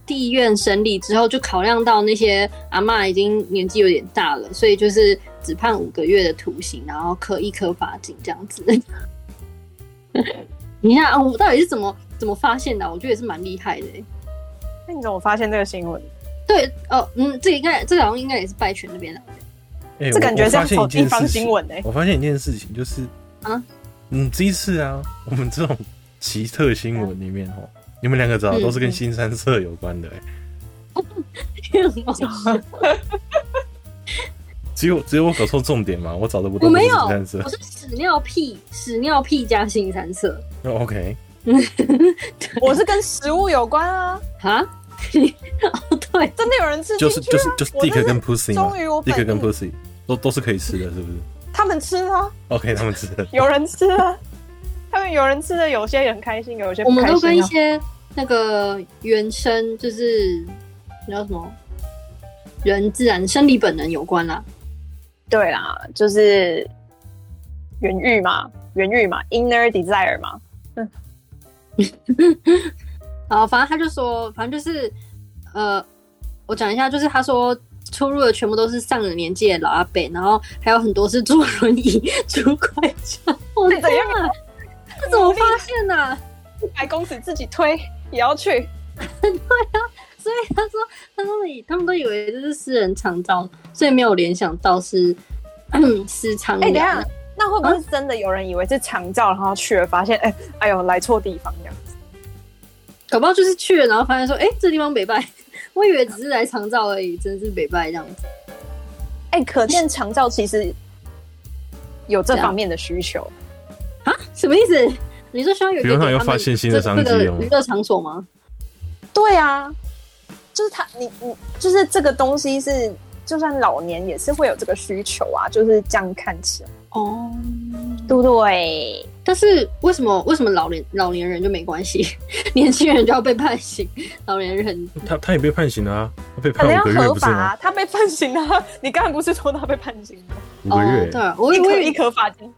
Speaker 2: 地院审理之后，就考量到那些阿嬷已经年纪有点大了，所以就是只判五个月的徒刑，然后科一科罚金这样子。 你看啊，我到底是怎么怎么发现的啊、我觉得也是蛮厉害的欸、
Speaker 3: 那你怎么发现这个新闻？
Speaker 2: 对，哦，嗯，这个应该这个好像应该也是拜权那边的。
Speaker 1: 哎，
Speaker 3: 这感觉
Speaker 1: 我我
Speaker 3: 像
Speaker 1: 发现一件
Speaker 3: 地方
Speaker 1: 事
Speaker 3: 新
Speaker 1: 情，
Speaker 3: 闻嗯哎。
Speaker 1: 我发现一件事情就是，
Speaker 2: 啊，
Speaker 1: 你这一次啊，我们这种奇特新闻里面哦，你们两个找的都是
Speaker 3: 嗯
Speaker 1: 跟新三色有关的、欸，只有只有我搞错重点嘛，我找的不
Speaker 2: 我
Speaker 1: 都不是
Speaker 2: 没有，
Speaker 1: 新三色
Speaker 2: 我是屎尿屁，屎尿屁加新三色
Speaker 1: 哦？OK，
Speaker 3: 我是跟食物有关啊，
Speaker 2: 啊？ 哦，对，
Speaker 3: 真的有人吃进
Speaker 1: 就是
Speaker 3: 去
Speaker 1: 就是
Speaker 3: 啊！
Speaker 1: 就是
Speaker 3: 我真
Speaker 1: Dick
Speaker 3: 是
Speaker 1: 跟 Pussy 嘛
Speaker 3: 终于我
Speaker 1: ，Dick
Speaker 3: 本
Speaker 1: 跟
Speaker 3: 命
Speaker 1: Pussy 都都是可以吃的，是不是
Speaker 3: 他们吃啊，
Speaker 1: ？OK，他们吃 的。
Speaker 3: 有人吃啊，他们有人吃的，有些人开心，有些
Speaker 2: 我
Speaker 3: 不
Speaker 2: 们
Speaker 3: 开
Speaker 2: 都跟一
Speaker 3: 心啊。
Speaker 2: 些那个原生，就是那叫什么人自然生理本能有关啦。
Speaker 3: 对啦，就是原欲嘛，原欲嘛，inner desire 嘛，
Speaker 2: 然后反正他就说，反正就是呃，我讲一下，就是他说。出入的全部都是上了年纪的老阿伯，然后还有很多是坐轮椅、 拄拐杖。我的
Speaker 3: 哦怎样
Speaker 2: 天啊，这怎么发现呢、啊？
Speaker 3: 白公子自己推也要去，
Speaker 2: 所以他说，他说你他们都以为这是私人长照，所以没有联想到是 私娼。
Speaker 3: 哎、等一下，那会不会是真的有人以为是长照，然后去了发现，哎、哎呦，来错地方这样子？
Speaker 2: 搞不好就是去了，然后发现说，哎、这地方北拜， 我以为只是来长照而已，真是北拜这样子。
Speaker 3: 哎、可见长照其实有这
Speaker 2: 这样
Speaker 3: 方面的需求。
Speaker 2: 什么意思？你说希望有一
Speaker 1: 比如
Speaker 2: 个
Speaker 1: 他
Speaker 2: 给
Speaker 1: 有
Speaker 2: 他们
Speaker 1: 发现新的商机
Speaker 2: 这这
Speaker 1: 哦
Speaker 2: 个娱乐场所吗？
Speaker 3: 对啊，就是他，你你就是这个东西是，就算老年也是会有这个需求啊，就是这样看起来，
Speaker 2: 哦，
Speaker 3: 对不对？
Speaker 2: 但是为什么为什么老年老年人就没关系， 年轻人就要被判刑？老年人
Speaker 1: 他他也被判刑了啊，他被
Speaker 3: 可
Speaker 1: 判
Speaker 3: 能要
Speaker 1: 五个月
Speaker 3: 合
Speaker 1: 不是
Speaker 3: 法、
Speaker 1: 吗？
Speaker 3: 啊，他被判刑啊！你刚才不是说他被判刑 吗？
Speaker 1: 五
Speaker 2: 哦
Speaker 1: 个，月
Speaker 2: 对，啊，我
Speaker 3: 一
Speaker 2: 以我
Speaker 3: 颗
Speaker 2: 以
Speaker 3: 一颗罚金，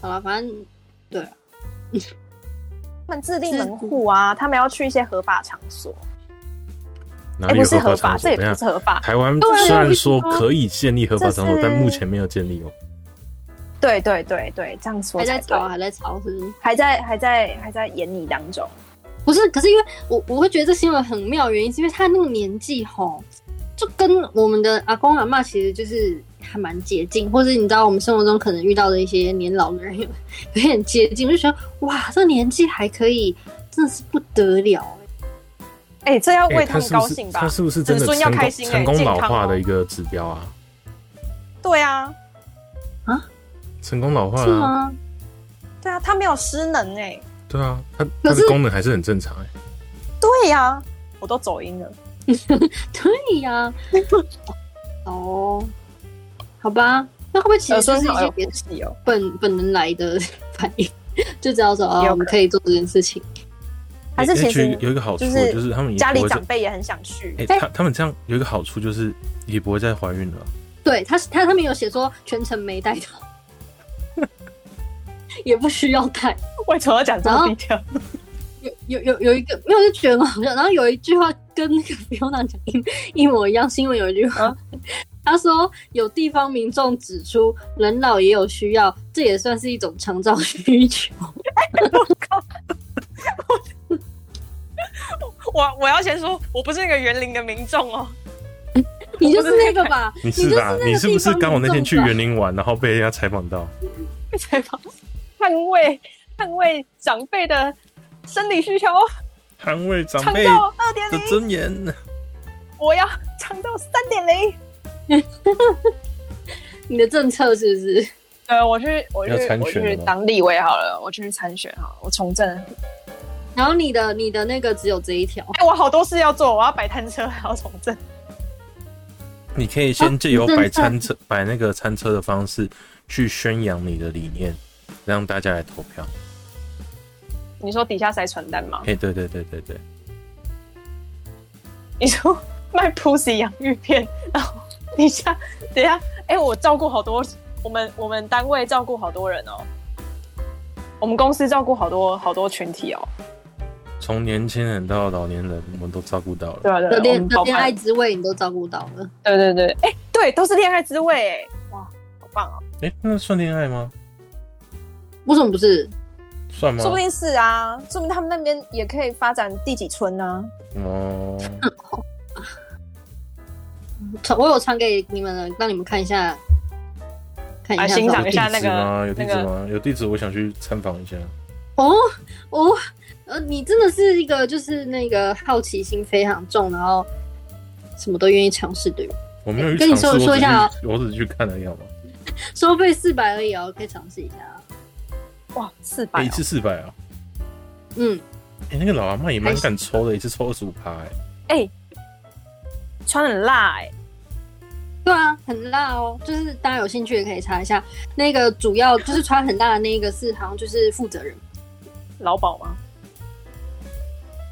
Speaker 2: 好了，反正对啊，
Speaker 3: 他们自立门户啊，他们要去一些合法场所。
Speaker 1: 哪
Speaker 3: 哎、
Speaker 1: 里
Speaker 3: 不
Speaker 1: 有
Speaker 3: 是合
Speaker 1: 法场
Speaker 3: 法，
Speaker 1: 所？
Speaker 3: 这也
Speaker 1: 等一
Speaker 3: 不是
Speaker 1: 下，
Speaker 3: 合法。
Speaker 1: 台湾
Speaker 2: 对啊
Speaker 1: 虽然说
Speaker 2: 我跟你说
Speaker 1: 可以建立合法场所
Speaker 3: 这，是
Speaker 1: 但目前没有建立哦。
Speaker 3: 对对对对，这样说
Speaker 2: 还在
Speaker 3: 才对
Speaker 2: 吵，还在吵，是不是？
Speaker 3: 还在还在还在演你当中。
Speaker 2: 不是，可是因为我我会觉得这新闻很妙，的原因是因为他那个年纪吼，就跟我们的阿公阿嬷其实就是还蛮接近，或者你知道我们生活中可能遇到的一些年老的人有有点接近，我就觉得哇，这年纪还可以，真的是不得了欸、
Speaker 3: 哎、这要
Speaker 1: 哎
Speaker 3: 为
Speaker 1: 他
Speaker 3: 们
Speaker 1: 是不
Speaker 3: 高
Speaker 1: 是
Speaker 3: 兴吧？
Speaker 1: 他是不是真的
Speaker 3: 子孙要
Speaker 1: 成
Speaker 3: 开
Speaker 1: 功
Speaker 3: 心哎
Speaker 1: 成功
Speaker 3: 健
Speaker 1: 老
Speaker 3: 康
Speaker 1: 化
Speaker 3: 哦
Speaker 1: 的一个指标啊？
Speaker 3: 对啊，
Speaker 1: 成功老化
Speaker 2: 是
Speaker 1: 啊？
Speaker 2: 吗？
Speaker 3: 对啊，他没有失能哎、
Speaker 1: 对啊，它它
Speaker 2: 可
Speaker 1: 的
Speaker 2: 是
Speaker 1: 功能还是很正常哎。
Speaker 3: 对呀、我都走音了。
Speaker 2: 对呀、哦，好吧，那会不会其实
Speaker 3: 耳
Speaker 2: 就是
Speaker 3: 顺
Speaker 2: 一
Speaker 3: 好有
Speaker 2: 些
Speaker 3: 福
Speaker 2: 别的
Speaker 3: 气哦。
Speaker 2: 本本能来的反应， 就知道说啊，
Speaker 3: 有
Speaker 2: 我们
Speaker 3: 可
Speaker 2: 可以做这件事情。
Speaker 3: 还是
Speaker 1: 哎
Speaker 3: 其
Speaker 1: 哎
Speaker 3: 实
Speaker 1: 有一个好处
Speaker 3: 就是
Speaker 1: 就是他们也
Speaker 3: 家里
Speaker 1: 不会
Speaker 3: 长辈也很想去，
Speaker 1: 哎，
Speaker 2: 哎
Speaker 1: 他他们这样有一个好处就是也不会再怀孕了。
Speaker 2: 对他，他他们有写说全程没带套。 也不需要带。
Speaker 3: 为什么要讲这么低调？
Speaker 2: 有有有有一个，因为我就觉得很好笑。然后有一句话跟那个 Fiona 讲一一模一样，新闻有一句话，
Speaker 1: 啊
Speaker 2: 他说有地方民众指出人老也有需要，这也算是一种长照需求。
Speaker 3: 我靠！我我要先说，我不是那个园林的民众哦。
Speaker 2: 你就是那个吧？
Speaker 1: 你
Speaker 2: 就是
Speaker 1: 吧？
Speaker 2: 那个
Speaker 1: 你是不是
Speaker 2: 地方
Speaker 1: 刚我那天去
Speaker 2: 民众吧
Speaker 1: 园林玩，然后被人家采访到？
Speaker 3: 采访，捍卫捍卫长辈的生理需求，
Speaker 1: 捍卫长
Speaker 3: 长
Speaker 1: 辈
Speaker 3: 到二点
Speaker 1: 的
Speaker 3: 零，
Speaker 1: 尊严。
Speaker 3: 我要长到三点零。
Speaker 2: 你的政策是不是？
Speaker 3: 呃，我去，我去
Speaker 1: 要参，
Speaker 3: 我
Speaker 1: 选了
Speaker 3: 去
Speaker 1: 吗
Speaker 3: 当立委好了，我去参选好了，我从政。
Speaker 2: 然后你的你的那个只有这一条，
Speaker 3: 哎、我好多事要做，我要摆摊车，还要从政。
Speaker 1: 你可以先借由
Speaker 2: 啊
Speaker 1: 摆餐车、摆那个餐车的方式去宣扬你的理念，让大家来投票。
Speaker 3: 你说底下塞传单吗？
Speaker 1: 哎，对对对对对，
Speaker 3: 你说卖 pussy 洋芋片， 然后底下等一下，哎、我照顾好多，我们我们单位照顾好多人哦，我们公司照顾好多好多群体哦。
Speaker 1: 从年轻人到老年人，我们都照顾到了。
Speaker 3: 对啊，对啊，
Speaker 2: 的
Speaker 3: 我
Speaker 2: 恋
Speaker 3: 们
Speaker 2: 的
Speaker 3: 包
Speaker 2: 恋
Speaker 3: 办
Speaker 2: 爱滋味你都照顾到了。
Speaker 3: 对对对，哎、对，都是恋爱滋味，哎，哇，好棒哦！
Speaker 1: 哎，那算恋爱吗？
Speaker 2: 为什么不是？
Speaker 1: 算吗
Speaker 3: 说？不定是啊，说不定他们那边也可以发展第几啊村呢、
Speaker 1: 哦，
Speaker 2: 传我有传给你们了，让你们看一下，看一
Speaker 3: 啊
Speaker 2: 下
Speaker 3: 欣
Speaker 2: 照
Speaker 3: 赏
Speaker 1: 有
Speaker 3: 一
Speaker 1: 地
Speaker 2: 片
Speaker 3: 下
Speaker 1: 址
Speaker 3: 那个
Speaker 1: 吗？有地址
Speaker 3: 那
Speaker 1: 吗？有地址，我想去参访一下。
Speaker 2: 哦哦，呃，你真的是一个就是那个好奇心非常重，然后什么都愿意尝试的人。
Speaker 1: 我没有去
Speaker 2: 跟你
Speaker 1: 尝试，
Speaker 2: 说
Speaker 1: 我只
Speaker 2: 说一下
Speaker 1: 去我只去看了一下嘛。
Speaker 2: 收费四百而已哦，可以尝试一下。
Speaker 3: 哇，四百、
Speaker 1: 哎，一
Speaker 3: 哦，
Speaker 1: 次四百啊！
Speaker 2: 嗯，
Speaker 1: 哎，那个老阿妈也蛮敢抽的，一次抽二十五趴。哎，
Speaker 3: 哎、穿很辣、哎，
Speaker 2: 对啊，很辣哦，就是大家有兴趣也可以查一下。那个主要就是穿很大的那一个是好像就是负责人，
Speaker 3: 劳保吗？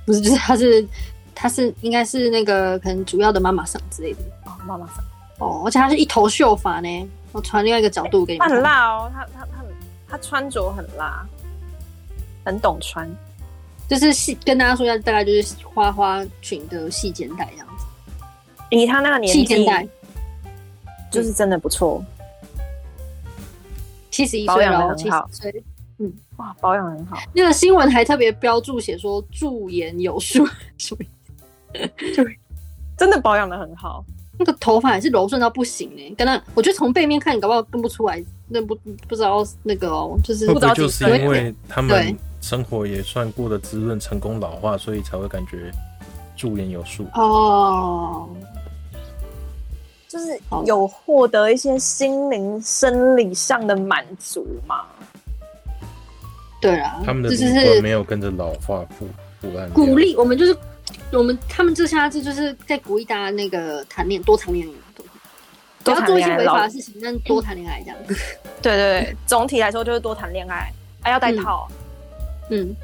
Speaker 2: 不是，就是他是他是应该是那个可能主要的妈妈桑之类的
Speaker 3: 哦，妈妈桑，
Speaker 2: 哦，而且他是一头秀发呢。我传另外一个角度给你
Speaker 3: 他
Speaker 2: 们看。
Speaker 3: 很辣哦，他他他很他穿着很辣，很懂穿。
Speaker 2: 就是细跟大家说一下，大概就是花花裙的细肩带这样子，
Speaker 3: 以他那个年
Speaker 2: 细肩
Speaker 3: 纪，
Speaker 2: 带
Speaker 3: 就是真的不错，
Speaker 2: 七十一
Speaker 3: 保
Speaker 2: 岁
Speaker 3: 养得
Speaker 2: 了，七
Speaker 3: 很
Speaker 2: 十
Speaker 3: 好
Speaker 2: 岁。
Speaker 3: 哇，保养很好，
Speaker 2: 那个新闻还特别标注写说驻颜有术， 所以
Speaker 3: 真的保养的很好。
Speaker 2: 那个头发也是柔顺到不行哎、跟那我觉得从背面看，你搞不好认不出来，认不不知道那个哦，就是
Speaker 1: 会不
Speaker 3: 知
Speaker 1: 会
Speaker 3: 道几
Speaker 1: 就是
Speaker 3: 岁
Speaker 1: 因为他
Speaker 2: 对
Speaker 1: 们生活也算过得滋润，成功老化，所以才会感觉驻颜有术？
Speaker 2: 哦，
Speaker 3: 就是
Speaker 2: 好
Speaker 3: 有获得一些心灵、生理上的满足嘛。
Speaker 2: 对啦，
Speaker 1: 他们的
Speaker 2: 这就
Speaker 1: 灵魂
Speaker 2: 是
Speaker 1: 没有跟着老化腐腐烂掉。
Speaker 2: 鼓励我们，就是我们他们这下次就是在鼓励大家那个谈恋多谈恋爱，多谈不要
Speaker 3: 多谈
Speaker 2: 做一
Speaker 3: 恋
Speaker 2: 些
Speaker 3: 爱
Speaker 2: 违法
Speaker 3: 老
Speaker 2: 的事情，但多谈恋爱这样，
Speaker 3: 对对对，总体来说就是多谈恋爱，啊要戴
Speaker 2: 嗯
Speaker 3: 套，
Speaker 2: 嗯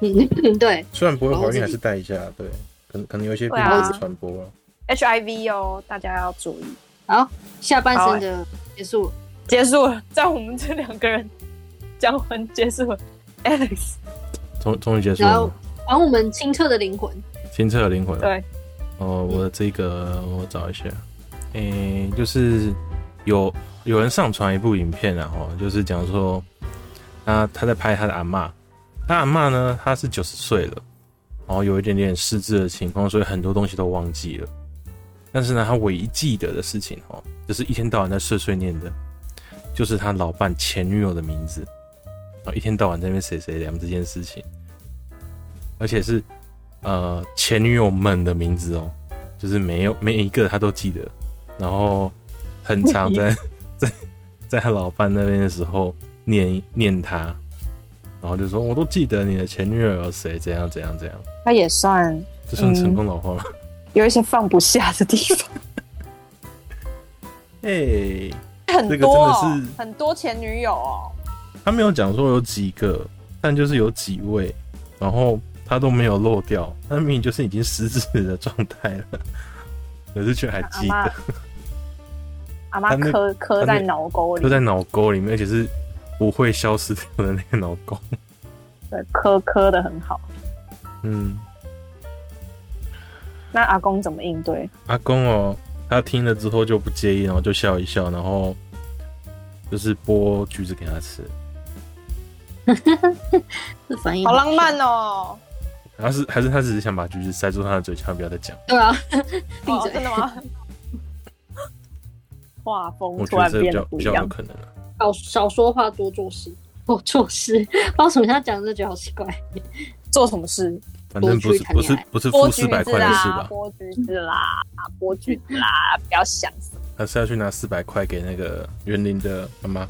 Speaker 2: 嗯，对。
Speaker 1: 虽然不会
Speaker 2: 保护
Speaker 1: 怀
Speaker 2: 自己
Speaker 1: 孕，还是带一下，对，可能可能有一些病
Speaker 3: 对啊
Speaker 1: 毒传播了。
Speaker 3: HIV 哦，大家要注意。
Speaker 2: 好，下半身
Speaker 3: 欸
Speaker 2: 的结束了。
Speaker 3: 结束了，在我们这两个人讲完结束了。Alex，
Speaker 1: 终终于结束
Speaker 2: 然
Speaker 1: 了，，
Speaker 2: 后
Speaker 3: 啊
Speaker 2: 然后我们清澈的灵魂，
Speaker 1: 清澈的灵魂。
Speaker 3: 对，
Speaker 1: 哦，我的这个我找一下，诶、就是有有人上传一部影片啊，然后就是讲说，他他在拍他的阿嬷，他阿嬷呢，她是九十岁了，然后有一点点失智的情况，所以很多东西都忘记了。但是呢，他唯一记得的事情哦，就是一天到晚在碎碎念的，就是他老伴前女友的名字，然后一天到晚在那边谁谁凉这件事情，而且是呃前女友们的名字哦，就是没有每一个他都记得，然后很常在在在他老伴那边的时候念念他，然后就说我都记得你的前女友有谁，怎样怎样怎样，
Speaker 3: 他也算
Speaker 1: 这算成功老化吗？
Speaker 3: 有一些放不下的地方，
Speaker 1: 哎、
Speaker 3: 很多、哦
Speaker 1: 这个真的是
Speaker 3: 很多前女友哦。
Speaker 1: 他没有讲说有几个，但就是有几位，然后他都没有漏掉，那明明就是已经失智的状态了，可是却还
Speaker 3: 阿
Speaker 1: 记
Speaker 3: 妈
Speaker 1: 得，，
Speaker 3: 阿妈
Speaker 1: 他那
Speaker 3: 磕磕
Speaker 1: 他那
Speaker 3: 在脑沟
Speaker 1: 就
Speaker 3: 里，
Speaker 1: 在脑沟里面，而且是不会消失掉的那个老 公。
Speaker 3: 对，磕磕的很好。
Speaker 1: 嗯，
Speaker 3: 那阿公怎么应对？
Speaker 1: 阿公哦，他听了之后就不介意，然后就笑一笑，然后就是剥橘子给他吃。
Speaker 2: 这反应
Speaker 3: 好浪漫哦！
Speaker 1: 还是还是他只是想把橘子塞住他的嘴，千万不要再讲。
Speaker 2: 对啊，闭
Speaker 3: 哦，
Speaker 2: 嘴
Speaker 3: 真的 吗？画风
Speaker 1: 我觉
Speaker 3: 突
Speaker 1: 得
Speaker 3: 然
Speaker 1: 这比
Speaker 3: 变
Speaker 1: 较
Speaker 3: 得不
Speaker 1: 比
Speaker 3: 一
Speaker 1: 较有
Speaker 3: 样。
Speaker 1: 可能、啊、
Speaker 2: 少少说话，多做事。多做事， 不知道为什么他讲的这句好奇怪。
Speaker 3: 做什么事？
Speaker 1: 反正不是
Speaker 2: 多去谈
Speaker 1: 不是
Speaker 2: 恋爱
Speaker 1: 不是
Speaker 3: 剥
Speaker 1: 付
Speaker 3: 橘
Speaker 1: 四百
Speaker 3: 子
Speaker 1: 块的事
Speaker 3: 啦
Speaker 1: 吧，？
Speaker 3: 剥橘子啦，剥橘子啦！不要想什么。
Speaker 1: 他是要去拿四百块给那个园林的妈妈，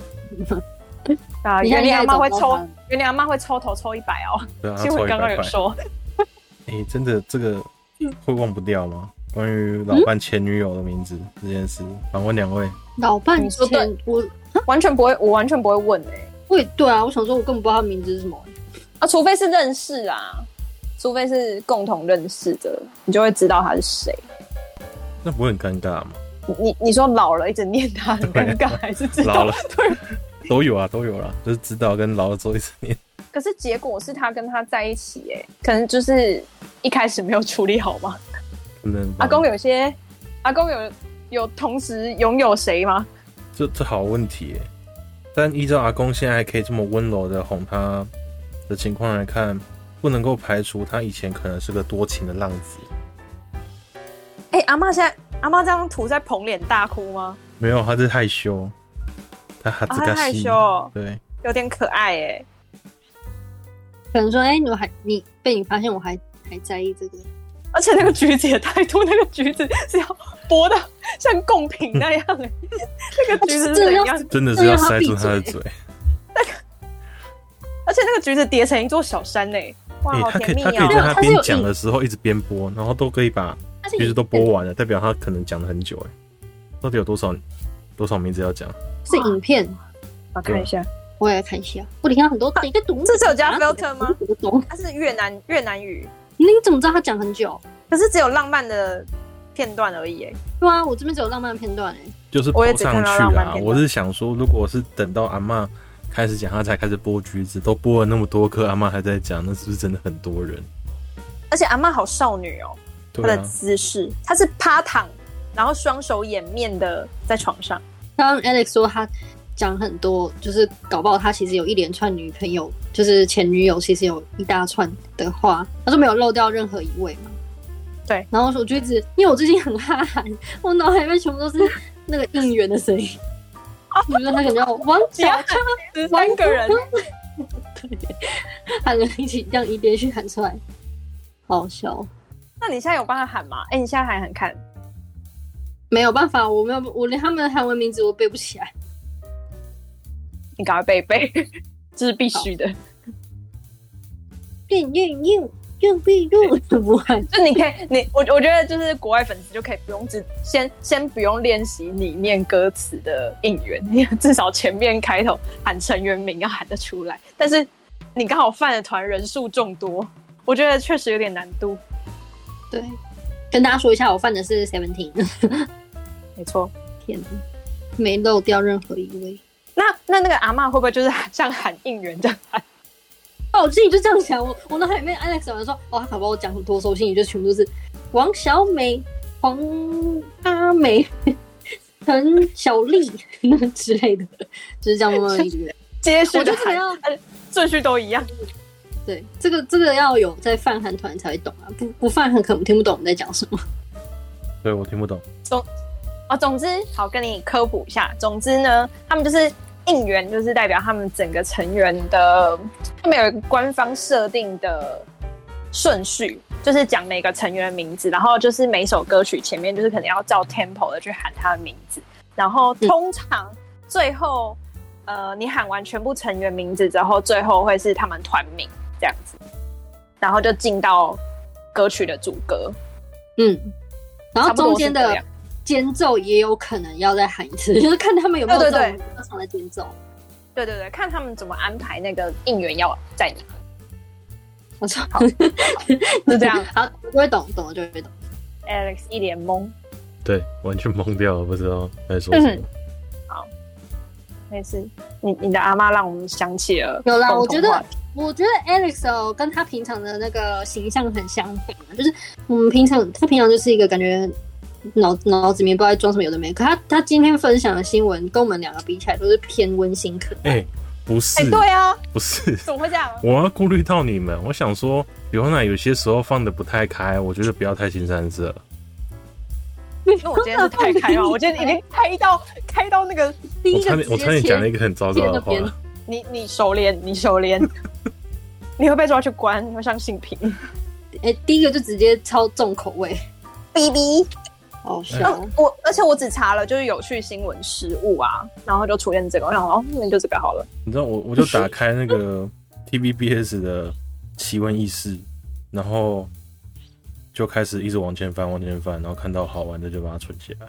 Speaker 3: 啊，
Speaker 2: 你
Speaker 3: 原
Speaker 2: 看
Speaker 3: 来
Speaker 2: 你
Speaker 3: 阿
Speaker 2: 还
Speaker 3: 妈会
Speaker 2: 找不
Speaker 3: 抽
Speaker 2: 到他，
Speaker 3: 原来阿妈会抽头抽一百哦。
Speaker 1: 对啊，他
Speaker 3: 新
Speaker 1: 抽
Speaker 3: 闻
Speaker 1: 一
Speaker 3: 刚刚
Speaker 1: 百
Speaker 3: 有
Speaker 1: 块。
Speaker 3: 说，
Speaker 1: 哎、真的这个会忘不掉吗？关于
Speaker 3: 嗯
Speaker 1: 老伴前女友的名字这件事，访问两位，
Speaker 2: 老半
Speaker 3: 你说对
Speaker 2: 天，我
Speaker 3: 完全不会，我完全不会问哎、
Speaker 2: 我也对啊，我想说，我根本不知道他名字是什么。
Speaker 3: 啊，除非是认识啊，除非是共同认识的，你就会知道他是谁。
Speaker 1: 那不会很尴尬吗？
Speaker 3: 你你你说老了一直念他很尴尬，还是知道
Speaker 1: 老了
Speaker 3: 对，
Speaker 1: 都有啊，都有啦，就是知道跟老了之后一直念。
Speaker 3: 可是结果是他跟他在一起、欸，可能就是一开始没有处理好吗？
Speaker 1: 可能吧
Speaker 3: 阿公有些，阿公有有同时拥有谁吗？
Speaker 1: 这这好问题耶。但依照阿公现在还可以这么温柔的哄他的情况来看，不能够排除他以前可能是个多情的浪子。
Speaker 3: 哎、阿妈现在阿妈这张图在捧脸大哭吗？
Speaker 1: 没有，他是害羞，他哈
Speaker 3: 啊，
Speaker 1: 兹
Speaker 3: 她
Speaker 1: 嘎
Speaker 3: 害
Speaker 1: 西
Speaker 3: 羞，哦，
Speaker 1: 对，
Speaker 3: 有点可爱哎、
Speaker 2: 可能说，哎、你我还你被你发现我还还在意这个，
Speaker 3: 而且那个橘子也太多，那个橘子是要剥的像贡品那样、欸，那个橘子是怎样？
Speaker 1: 真的是要塞住他的嘴。
Speaker 3: 而且那个橘子叠成一座小山呢、哇，
Speaker 1: 哎、
Speaker 3: 好
Speaker 1: 他可
Speaker 3: 甜
Speaker 1: 以，
Speaker 3: 蜜
Speaker 1: 他可以在
Speaker 3: 哦、
Speaker 1: 他
Speaker 2: 他是
Speaker 1: 边
Speaker 2: 有
Speaker 1: 讲
Speaker 2: 意
Speaker 1: 的时候一直边播，然后都可以把
Speaker 2: 但是
Speaker 1: 其实
Speaker 2: 你
Speaker 1: 都播完了，代表他可能讲了很久。哎，到底有多少多少名字要讲？
Speaker 2: 是影片，
Speaker 3: 我看一下，
Speaker 2: 我也来看一下。我听到很多一个读，
Speaker 3: 啊这是有加 filter 吗？
Speaker 2: 我不懂，
Speaker 3: 它是越南越南语，
Speaker 2: 你怎么知道他讲很久？
Speaker 3: 可是只有浪漫的片段而已、欸。
Speaker 2: 对啊，我这边只有浪漫片段哎、
Speaker 1: 就是播
Speaker 3: 我也只
Speaker 1: 上
Speaker 3: 看到
Speaker 1: 去
Speaker 3: 浪漫
Speaker 1: 啊。
Speaker 3: 片段
Speaker 1: 我是想说，如果是等到阿嬷开始讲，她才开始剥橘子，都剥了那么多颗，阿嬷还在讲，那是不是真的很多人？
Speaker 3: 而且阿妈好少女哦、她
Speaker 1: 对
Speaker 3: 的
Speaker 1: 啊，
Speaker 3: 姿势，她是趴躺，然后双手掩面的在床上。
Speaker 2: 刚刚 Alex 说他讲很多，就是搞不好他其实有一连串女朋友，就是前女友，其实有一大串的话，他说没有漏掉任何一位嘛。
Speaker 3: 对，
Speaker 2: 然后我就一直，因为我最近很哈韩，我脑海里面全部都是那个应援的声音。
Speaker 3: 啊
Speaker 2: 你觉得他可能要王小川
Speaker 3: 十三个人，
Speaker 2: 喊了一起，这样一连续喊出来，好笑。
Speaker 3: 那你现在有帮他喊吗？哎、你现在还很看？
Speaker 2: 没有办法，我没有，我连他们的韩文名字我背不起来。
Speaker 3: 你赶快背一背，这是必须的。
Speaker 2: 变变硬，变变硬， 不会。
Speaker 3: 就你可以，你我我觉得就是国外粉丝就可以不用只先先不用练习你念歌词的应援，你至少前面开头喊成员名要喊得出来。但是你刚好犯的团人数众多，我觉得确实有点难度。
Speaker 2: 对，跟大家说一下，我犯的是 Seventeen。
Speaker 3: 没错，
Speaker 2: 天哪，没漏掉任何一位。
Speaker 3: 那那那个阿嬷会不会就是 喊像喊应援这样喊？
Speaker 2: 哦，我自己就这样想，我我脑海里面 Alex 有人说，哦，他搞不好我讲很多，所以我心里就全部都是王小美、黄阿美、 陈小丽 之类的，就是这样慢慢一 直。
Speaker 3: 接续
Speaker 2: 我
Speaker 3: 的
Speaker 2: 就没
Speaker 3: 喊，呃
Speaker 2: 有
Speaker 3: 顺序都一样。
Speaker 2: 对这个这个要有在泛韩团才会懂啊，不不泛韩可能听不懂我们在讲什么。
Speaker 1: 对我听不懂。
Speaker 3: 啊，总之，好跟你科普一下。总之呢，他们就是应援，就是代表他们整个成员的，他们有一个官方设定的顺序，就是讲每个成员的名字，然后就是每首歌曲前面就是可能要照 tempo 的去喊他的名字，然后通常最后，呃，你喊完全部成员名字之后，最后会是他们团名这样子，然后就进到歌曲的主歌，
Speaker 2: 嗯，然后
Speaker 3: 差不多
Speaker 2: 中间
Speaker 3: 是这
Speaker 2: 的
Speaker 3: 样
Speaker 2: 间奏也有可能要再喊一次，就是看他们有没有
Speaker 3: 对
Speaker 2: 这
Speaker 3: 对对
Speaker 2: 种歌唱的间奏。
Speaker 3: 对对对，看他们怎么安排那个应援要在哪。
Speaker 2: 我操，
Speaker 3: 就这样。
Speaker 2: 好，我就会懂，懂了就会懂。
Speaker 3: Alex 一脸懵。嗯
Speaker 1: 对，完全懵掉了，不知道在说什么。
Speaker 3: 没事，你你的阿妈让我们想起了
Speaker 2: 有啦
Speaker 3: 共同
Speaker 2: 我觉得
Speaker 3: 话题
Speaker 2: 我觉得 Alex 哦，跟他平常的那个形象很相反啊，就是我们平常他平常就是一个感觉脑脑子里面不知道在装什么有的没的，可他他今天分享的新闻跟我们两个比起来都是偏温馨可爱。
Speaker 1: 哎、不是，
Speaker 3: 哎、对啊，
Speaker 1: 不是，
Speaker 3: 怎么会这样？
Speaker 1: 我要顾虑到你们。我想说，牛奶有些时候放的不太开，我觉得不要太新三色。
Speaker 3: 因为我今天是太开了，我今天已经开到开到那个
Speaker 2: 第
Speaker 1: 我
Speaker 2: 一
Speaker 1: 差
Speaker 2: 个
Speaker 1: 点，
Speaker 2: 直
Speaker 1: 我差点
Speaker 2: 接
Speaker 1: 讲了
Speaker 2: 切
Speaker 1: 一个很糟糕的话
Speaker 2: 切。那边
Speaker 3: 你你收敛，你收敛，你会被抓去关，你会上性平。
Speaker 2: 哎、第一个就直接超重口味，
Speaker 3: 哔 哔，
Speaker 2: 好
Speaker 1: 笑
Speaker 2: 笑。
Speaker 3: 我而且我只查了就是有趣新闻失误啊，然后就出现这个，我想哦，那就这个好了。
Speaker 1: 你知道我我就打开那 个 TVBS 的奇闻异事，然后就开始一直往前翻，往前翻，然后看到好玩的就把它存起来。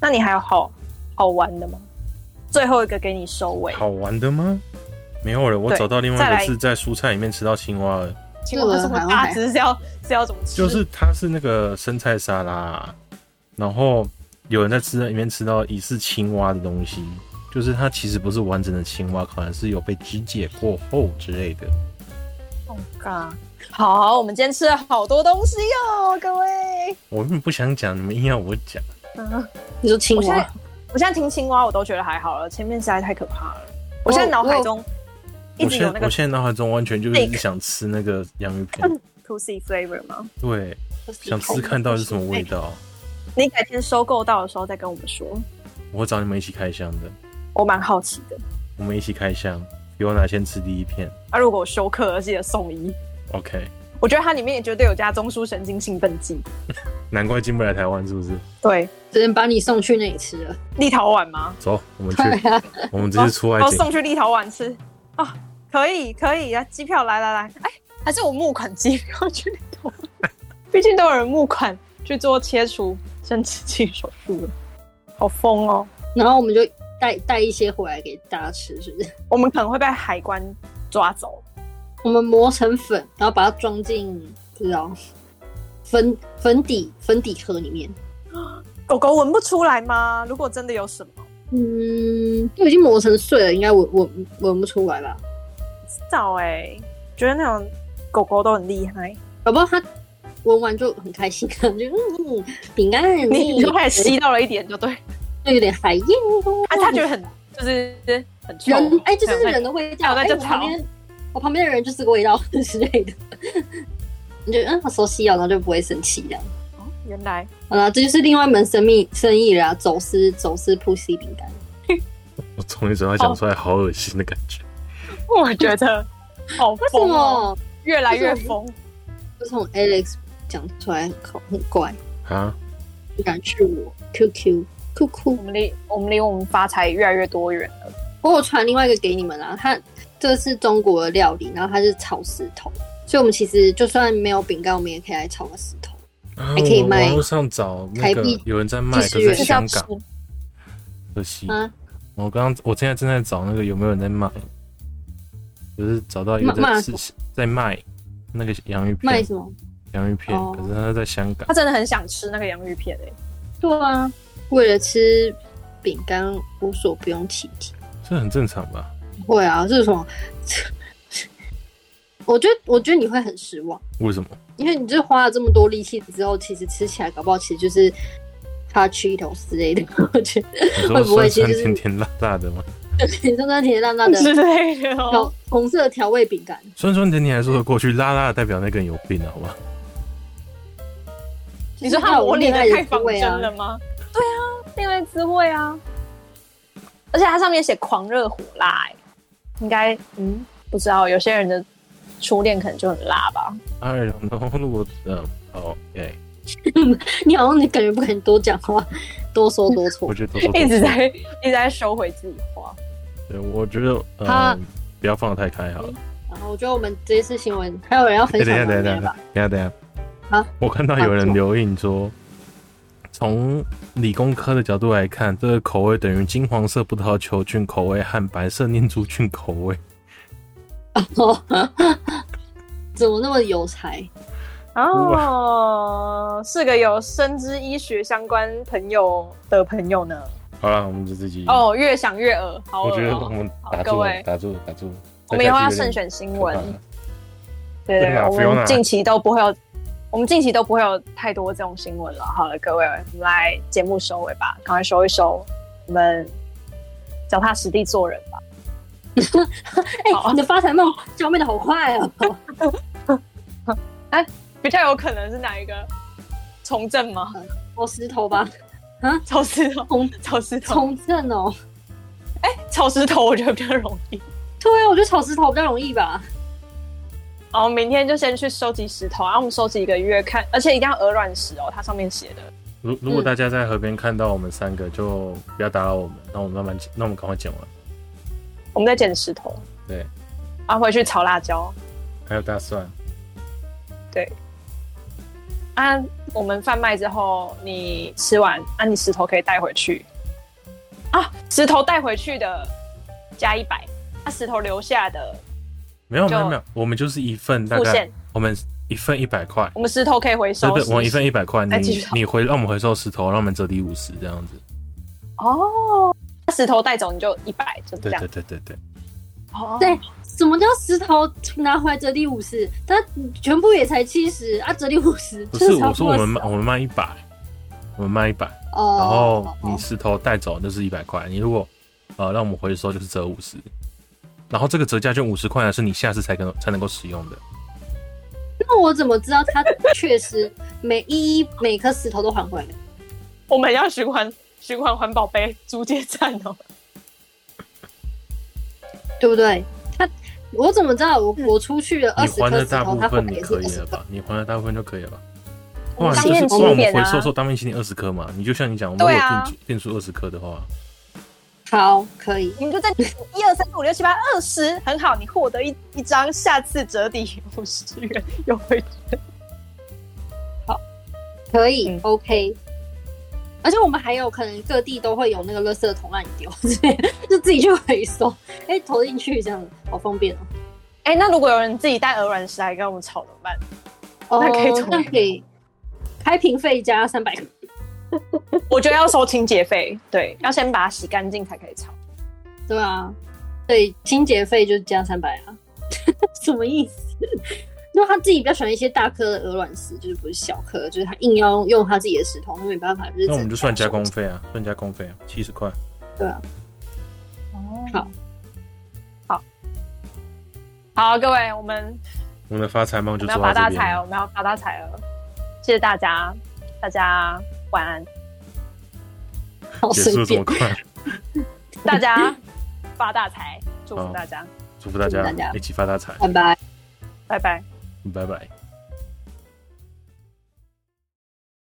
Speaker 3: 那你还有好好玩的吗？最后一个给你收尾，
Speaker 1: 好玩的吗？没有了，我
Speaker 3: 对
Speaker 1: 找到另外
Speaker 3: 再
Speaker 1: 一
Speaker 3: 来
Speaker 1: 个是在蔬菜里面吃到青蛙了，
Speaker 3: 请问为什么大只是要是要怎么吃？
Speaker 1: 就是它是那个生菜沙拉，啊然后有人在吃里面吃到疑似青蛙的东西，就是它其实不是完整的青蛙，可能是有被肢解过后之类的。
Speaker 3: Oh God 好，我们今天吃了好多东西哦，各位。
Speaker 1: 我根本不想讲，你们硬要我讲。
Speaker 3: 嗯，
Speaker 2: 你说青
Speaker 3: 我现在
Speaker 2: 蛙，
Speaker 3: 我现在听青蛙我都觉得还好了，前面实在太可怕了。
Speaker 2: 我
Speaker 3: 我现在脑海中一
Speaker 1: 我
Speaker 3: 直
Speaker 1: 现
Speaker 3: 有那
Speaker 1: 在
Speaker 3: 个
Speaker 1: 我现在脑海中完全就是一直想吃那个洋芋片，
Speaker 3: pussy flavor 吗？
Speaker 1: 对，想吃看到底是什么味道。
Speaker 3: 你改天收购到的时候再跟我们说，
Speaker 1: 我会找你们一起开箱的，
Speaker 3: 我蛮好奇的。
Speaker 1: 我们一起开箱。有哪先吃第一片
Speaker 3: 啊，如果我休克了，记得送医。
Speaker 1: ？OK，
Speaker 3: 我觉得它里面也绝对有加中枢神经兴奋剂。
Speaker 1: 难怪进不来台湾，是不是？
Speaker 3: 对，
Speaker 2: 只能把你送去那里吃了。
Speaker 3: 立陶宛吗？
Speaker 1: 走，我们去，
Speaker 2: 对啊，
Speaker 1: 我们这次出外
Speaker 3: 然后
Speaker 1: 景。
Speaker 3: 送去立陶宛吃啊，可以可以啊，机票来来来，哎，还是我募款机票去立陶宛， 毕竟都有人募款去做切除生殖器手术了，好疯哦！
Speaker 2: 然后我们就带带一些回来给大家吃，是不是？
Speaker 3: 我们可能会被海关抓走，
Speaker 2: 我们磨成粉，然后把它装进不知道粉粉底粉底盒里面。
Speaker 3: 狗狗闻不出来吗？如果真的有什么，
Speaker 2: 嗯，都已经磨成碎了，应该闻闻闻不出来吧？
Speaker 3: 知道哎、觉得那种狗狗都很厉害，
Speaker 2: 搞不好它闻完就很开心，就嗯，饼 干，嗯
Speaker 3: 你你就开始吸到了一点就对，
Speaker 2: 就有点海燕哦。
Speaker 3: 啊，它觉得很就是很臭
Speaker 2: 人，哎、就是
Speaker 3: 很
Speaker 2: 人的味道。
Speaker 3: 还
Speaker 2: 哎、
Speaker 3: 有在
Speaker 2: 我
Speaker 3: 吵
Speaker 2: 旁边我旁边的人就是这个味道 之类的，你觉得嗯好熟悉哦，然后就不会生气这样。
Speaker 3: 哦原来
Speaker 2: 好啦，这就是另外一门生意生意啦，走私走私 pussy 饼干。
Speaker 1: 我从你嘴巴讲出来，好恶心的感觉。
Speaker 3: 我觉得好
Speaker 2: 为什
Speaker 3: 疯哦，
Speaker 2: 么？
Speaker 3: 越来越
Speaker 2: 为什么
Speaker 3: 疯。
Speaker 2: 就从 Alex 讲出来很很怪，
Speaker 1: 啊，
Speaker 2: 不敢是我 QQ 酷酷
Speaker 3: 我。们离我们离我们发财越来越多远了。
Speaker 2: 我有传另外一个给你们啦，它这个是中国的料理，然后它是炒石头，所以我们其实就算没有饼干，我们也可以来炒个石头。
Speaker 1: 还
Speaker 2: 可以卖
Speaker 1: 网络上找那
Speaker 2: 台
Speaker 1: 个
Speaker 2: 币
Speaker 1: 有人在卖，
Speaker 2: 几
Speaker 1: 可是
Speaker 2: 十元
Speaker 1: 在
Speaker 3: 就是要
Speaker 1: 香
Speaker 3: 吃
Speaker 1: 港，可惜。
Speaker 2: 啊，
Speaker 1: 我刚刚我现在正在找那个有没有人在卖，就是找到一个
Speaker 2: 卖
Speaker 1: 在吃在卖那个洋芋
Speaker 2: 卖
Speaker 1: 片，
Speaker 2: 什么？
Speaker 1: 洋芋片，
Speaker 2: 哦
Speaker 1: 可是他在香港
Speaker 3: 他。真的很想吃那个洋芋片欸诶、
Speaker 2: 对啊，为了吃饼干无所不用其极。
Speaker 1: 这很正常吧？
Speaker 2: 会啊，这是什么？ 我觉得，我觉得你会很失望，
Speaker 1: 为什么？
Speaker 2: 因为你就花了这么多力气之后，其实吃起来搞不好其实就是它 Cheetos 之类的。 我觉得
Speaker 1: 你
Speaker 2: 会
Speaker 1: 说
Speaker 2: 不会
Speaker 1: 酸
Speaker 2: 其
Speaker 1: 酸
Speaker 2: 实是
Speaker 1: 甜甜辣辣的吗？
Speaker 2: 你酸酸甜甜辣辣的
Speaker 3: 之类的哦
Speaker 2: 调。红色调味饼干，
Speaker 1: 酸酸甜甜还说得过去，辣辣的代表那个人有病了，好吧？
Speaker 3: 你说他
Speaker 2: 我
Speaker 3: 我
Speaker 2: 恋
Speaker 3: 脸
Speaker 2: 爱
Speaker 3: 的太
Speaker 2: 的滋
Speaker 3: 仿
Speaker 2: 味啊
Speaker 3: 真！了吗？对啊，恋爱滋味啊。而且它上面写狂热火辣、欸，应该嗯不知道，有些人的初恋可能就很辣吧。
Speaker 1: 哎呦，然后如果嗯，好，哎，
Speaker 2: 你好像你感觉不敢多讲话，多说多错
Speaker 1: 我。觉得都说
Speaker 3: 一直
Speaker 1: 都错
Speaker 3: 在一直在收回自己话。
Speaker 1: 对，我觉得
Speaker 2: 他
Speaker 1: 嗯，不要放得太开好了。
Speaker 2: 然后我觉得我们这一次新闻还有人要分
Speaker 1: 哎，
Speaker 2: 享
Speaker 1: 等一下，
Speaker 2: 吗
Speaker 1: 等一下，
Speaker 2: 没有吧？
Speaker 1: 等一下，等一下。
Speaker 2: 啊，
Speaker 1: 我看到有人留言说，从理工科的角度来看，这个口味等于金黄色葡萄球菌口味和白色念珠菌口味。
Speaker 3: 哎
Speaker 2: 怎么那么有才？
Speaker 3: 哦，是个有深知医学相关朋友的朋友呢。
Speaker 1: 好了，我们就自己。
Speaker 3: 哦，越想越恶，好
Speaker 1: 嗯
Speaker 3: 恶、
Speaker 1: 我觉得我
Speaker 3: 哦。
Speaker 1: 们
Speaker 3: 好
Speaker 1: 打
Speaker 3: 各
Speaker 1: 住了，
Speaker 3: 位
Speaker 1: 打住了，打住了。
Speaker 3: 我们以后
Speaker 1: 再下
Speaker 3: 要
Speaker 1: 去有
Speaker 3: 慎
Speaker 1: 点
Speaker 3: 选新
Speaker 1: 可
Speaker 3: 闻
Speaker 1: 怕，了对
Speaker 3: 对
Speaker 1: 啊，
Speaker 3: 我
Speaker 1: ，Fiona
Speaker 3: 们近期都不会有，我们近期都不会有太多这种新闻了。好了，各位，我们来节目收尾吧，赶快收一收，我们脚踏实地做人吧。
Speaker 2: 哎、
Speaker 3: 好啊
Speaker 2: 你的发财梦消灭的好快哦！
Speaker 3: 比较有可能是哪一个？从政吗？
Speaker 2: 我石头吧，
Speaker 3: 丑石头，
Speaker 2: 从
Speaker 3: 丑石头，
Speaker 2: 从政哦。
Speaker 3: 丑石头，我觉得比较容易。
Speaker 2: 对啊，我觉得炒石头比较容易吧。
Speaker 3: 哦，明天就先去收集石头，然后我们收集一个月看，而且一定要鹅卵石哦，它上面写的。
Speaker 1: 如如果大家在河边看到我们三个，就不要打扰我们，那我们慢慢剪，那我们赶快剪完。
Speaker 3: 我们在捡石头，
Speaker 1: 对，
Speaker 3: 然后回去炒辣椒
Speaker 1: 还有大蒜，
Speaker 3: 啊。我们贩卖之后，你吃完啊，你石头可以带回去啊，石头带回去的加一百，啊，石头留下的，
Speaker 1: 没有没
Speaker 3: 就
Speaker 1: 有没有，我们就是一份大
Speaker 3: 付
Speaker 1: 概
Speaker 3: 现，
Speaker 1: 我们一份一百块，
Speaker 3: 我们石头可以回
Speaker 1: 对
Speaker 3: 收。
Speaker 1: 对，
Speaker 3: 是
Speaker 1: 我
Speaker 3: 不
Speaker 1: 们
Speaker 3: 是
Speaker 1: 一份一百块，
Speaker 3: 哎继
Speaker 1: 你
Speaker 3: 续
Speaker 1: 你回让我们回收石头，让我们折抵五十这样子。
Speaker 3: 哦，啊石头带走你就一百，就这
Speaker 1: 对
Speaker 3: 样
Speaker 1: 对。对对对，
Speaker 3: 哦，
Speaker 2: 对什么叫石头拿回来折抵五十？它全部也才七十啊，折抵五十。
Speaker 1: 不是
Speaker 2: 就差
Speaker 1: 我
Speaker 2: 不
Speaker 1: 说
Speaker 2: 多
Speaker 1: 我们
Speaker 2: 死
Speaker 1: 卖我们卖一百，我们卖一百，
Speaker 2: 哦，
Speaker 1: 然后
Speaker 2: 哦
Speaker 1: 你石头带走就是一百块，你如果呃让我们回收就是折五十，然后这个折价券五十块啊呢是你下次才能才能够使用的。
Speaker 2: 那我怎么知道它确实每一每颗石头都还回来？
Speaker 3: 我们要循环循环环保杯租借站哦。
Speaker 2: 对不对？他我怎么知道我我出去了二
Speaker 1: 嗯你
Speaker 2: 十
Speaker 1: 还
Speaker 2: 颗
Speaker 1: 的
Speaker 2: 石
Speaker 1: 大
Speaker 2: 头，
Speaker 1: 部
Speaker 2: 他回
Speaker 1: 分
Speaker 2: 来
Speaker 1: 你
Speaker 2: 也
Speaker 1: 可
Speaker 2: 是
Speaker 1: 以
Speaker 2: 十
Speaker 1: 了
Speaker 2: 颗？
Speaker 1: 吧？你还的大部分就可以了吧？不
Speaker 3: 我
Speaker 1: 然
Speaker 3: 们
Speaker 1: 就
Speaker 3: 当
Speaker 1: 是不然我
Speaker 3: 面请柬
Speaker 1: 们回
Speaker 3: 啊
Speaker 1: 收的时候当面请你二十颗嘛，你就像你讲，我们
Speaker 3: 对
Speaker 1: 如
Speaker 3: 啊
Speaker 1: 果定定数二十颗的话，
Speaker 2: 好，可以。
Speaker 3: 你们就在一二三四五六七八二十，很好，你获得一一张，下次折抵五十元优惠券。
Speaker 2: 可以、
Speaker 3: 嗯
Speaker 2: o k 而且我们还有可能各地都会有那个垃圾桶让你丢， 所以就自己去回收，哎、投进去这样子，好方便哦。
Speaker 3: 哎、那如果有人自己带鹅卵石来跟我们炒怎么办？那可以
Speaker 2: 哦
Speaker 3: 投
Speaker 2: 那可以开瓶费加三百，
Speaker 3: 我觉得要收清洁费，对，要先把它洗干净才可以炒。
Speaker 2: 对啊，对，清洁费就加三百啊， 什么意思？因为他自己比较喜欢一些大颗的鹅卵石，就是不是小颗，就是他硬要用用他自己的石头，那没办法，就是
Speaker 1: 那我们就
Speaker 2: 只能
Speaker 1: 算
Speaker 2: 这
Speaker 1: 加
Speaker 2: 样
Speaker 1: 工费啊，算加工费啊，七十块。
Speaker 3: 哦
Speaker 2: 好，
Speaker 3: 好，好，各位，我们
Speaker 1: 我们的发财梦
Speaker 3: 我
Speaker 1: 就
Speaker 3: 们
Speaker 1: 做
Speaker 3: 要
Speaker 1: 到
Speaker 3: 发
Speaker 1: 这
Speaker 3: 大财
Speaker 1: 边
Speaker 3: 哦，
Speaker 1: 了。
Speaker 3: 我们要发大财了，谢谢大家，大家晚安，
Speaker 2: 好
Speaker 1: 结束
Speaker 2: 随
Speaker 1: 这
Speaker 2: 便
Speaker 1: 么。快，
Speaker 3: 大家发大财，祝
Speaker 1: 好
Speaker 3: 福大家，
Speaker 1: 祝福大
Speaker 2: 祝福
Speaker 1: 家
Speaker 2: 大家
Speaker 1: 一起发大财，
Speaker 2: 拜拜。
Speaker 3: 拜拜。
Speaker 1: 拜拜。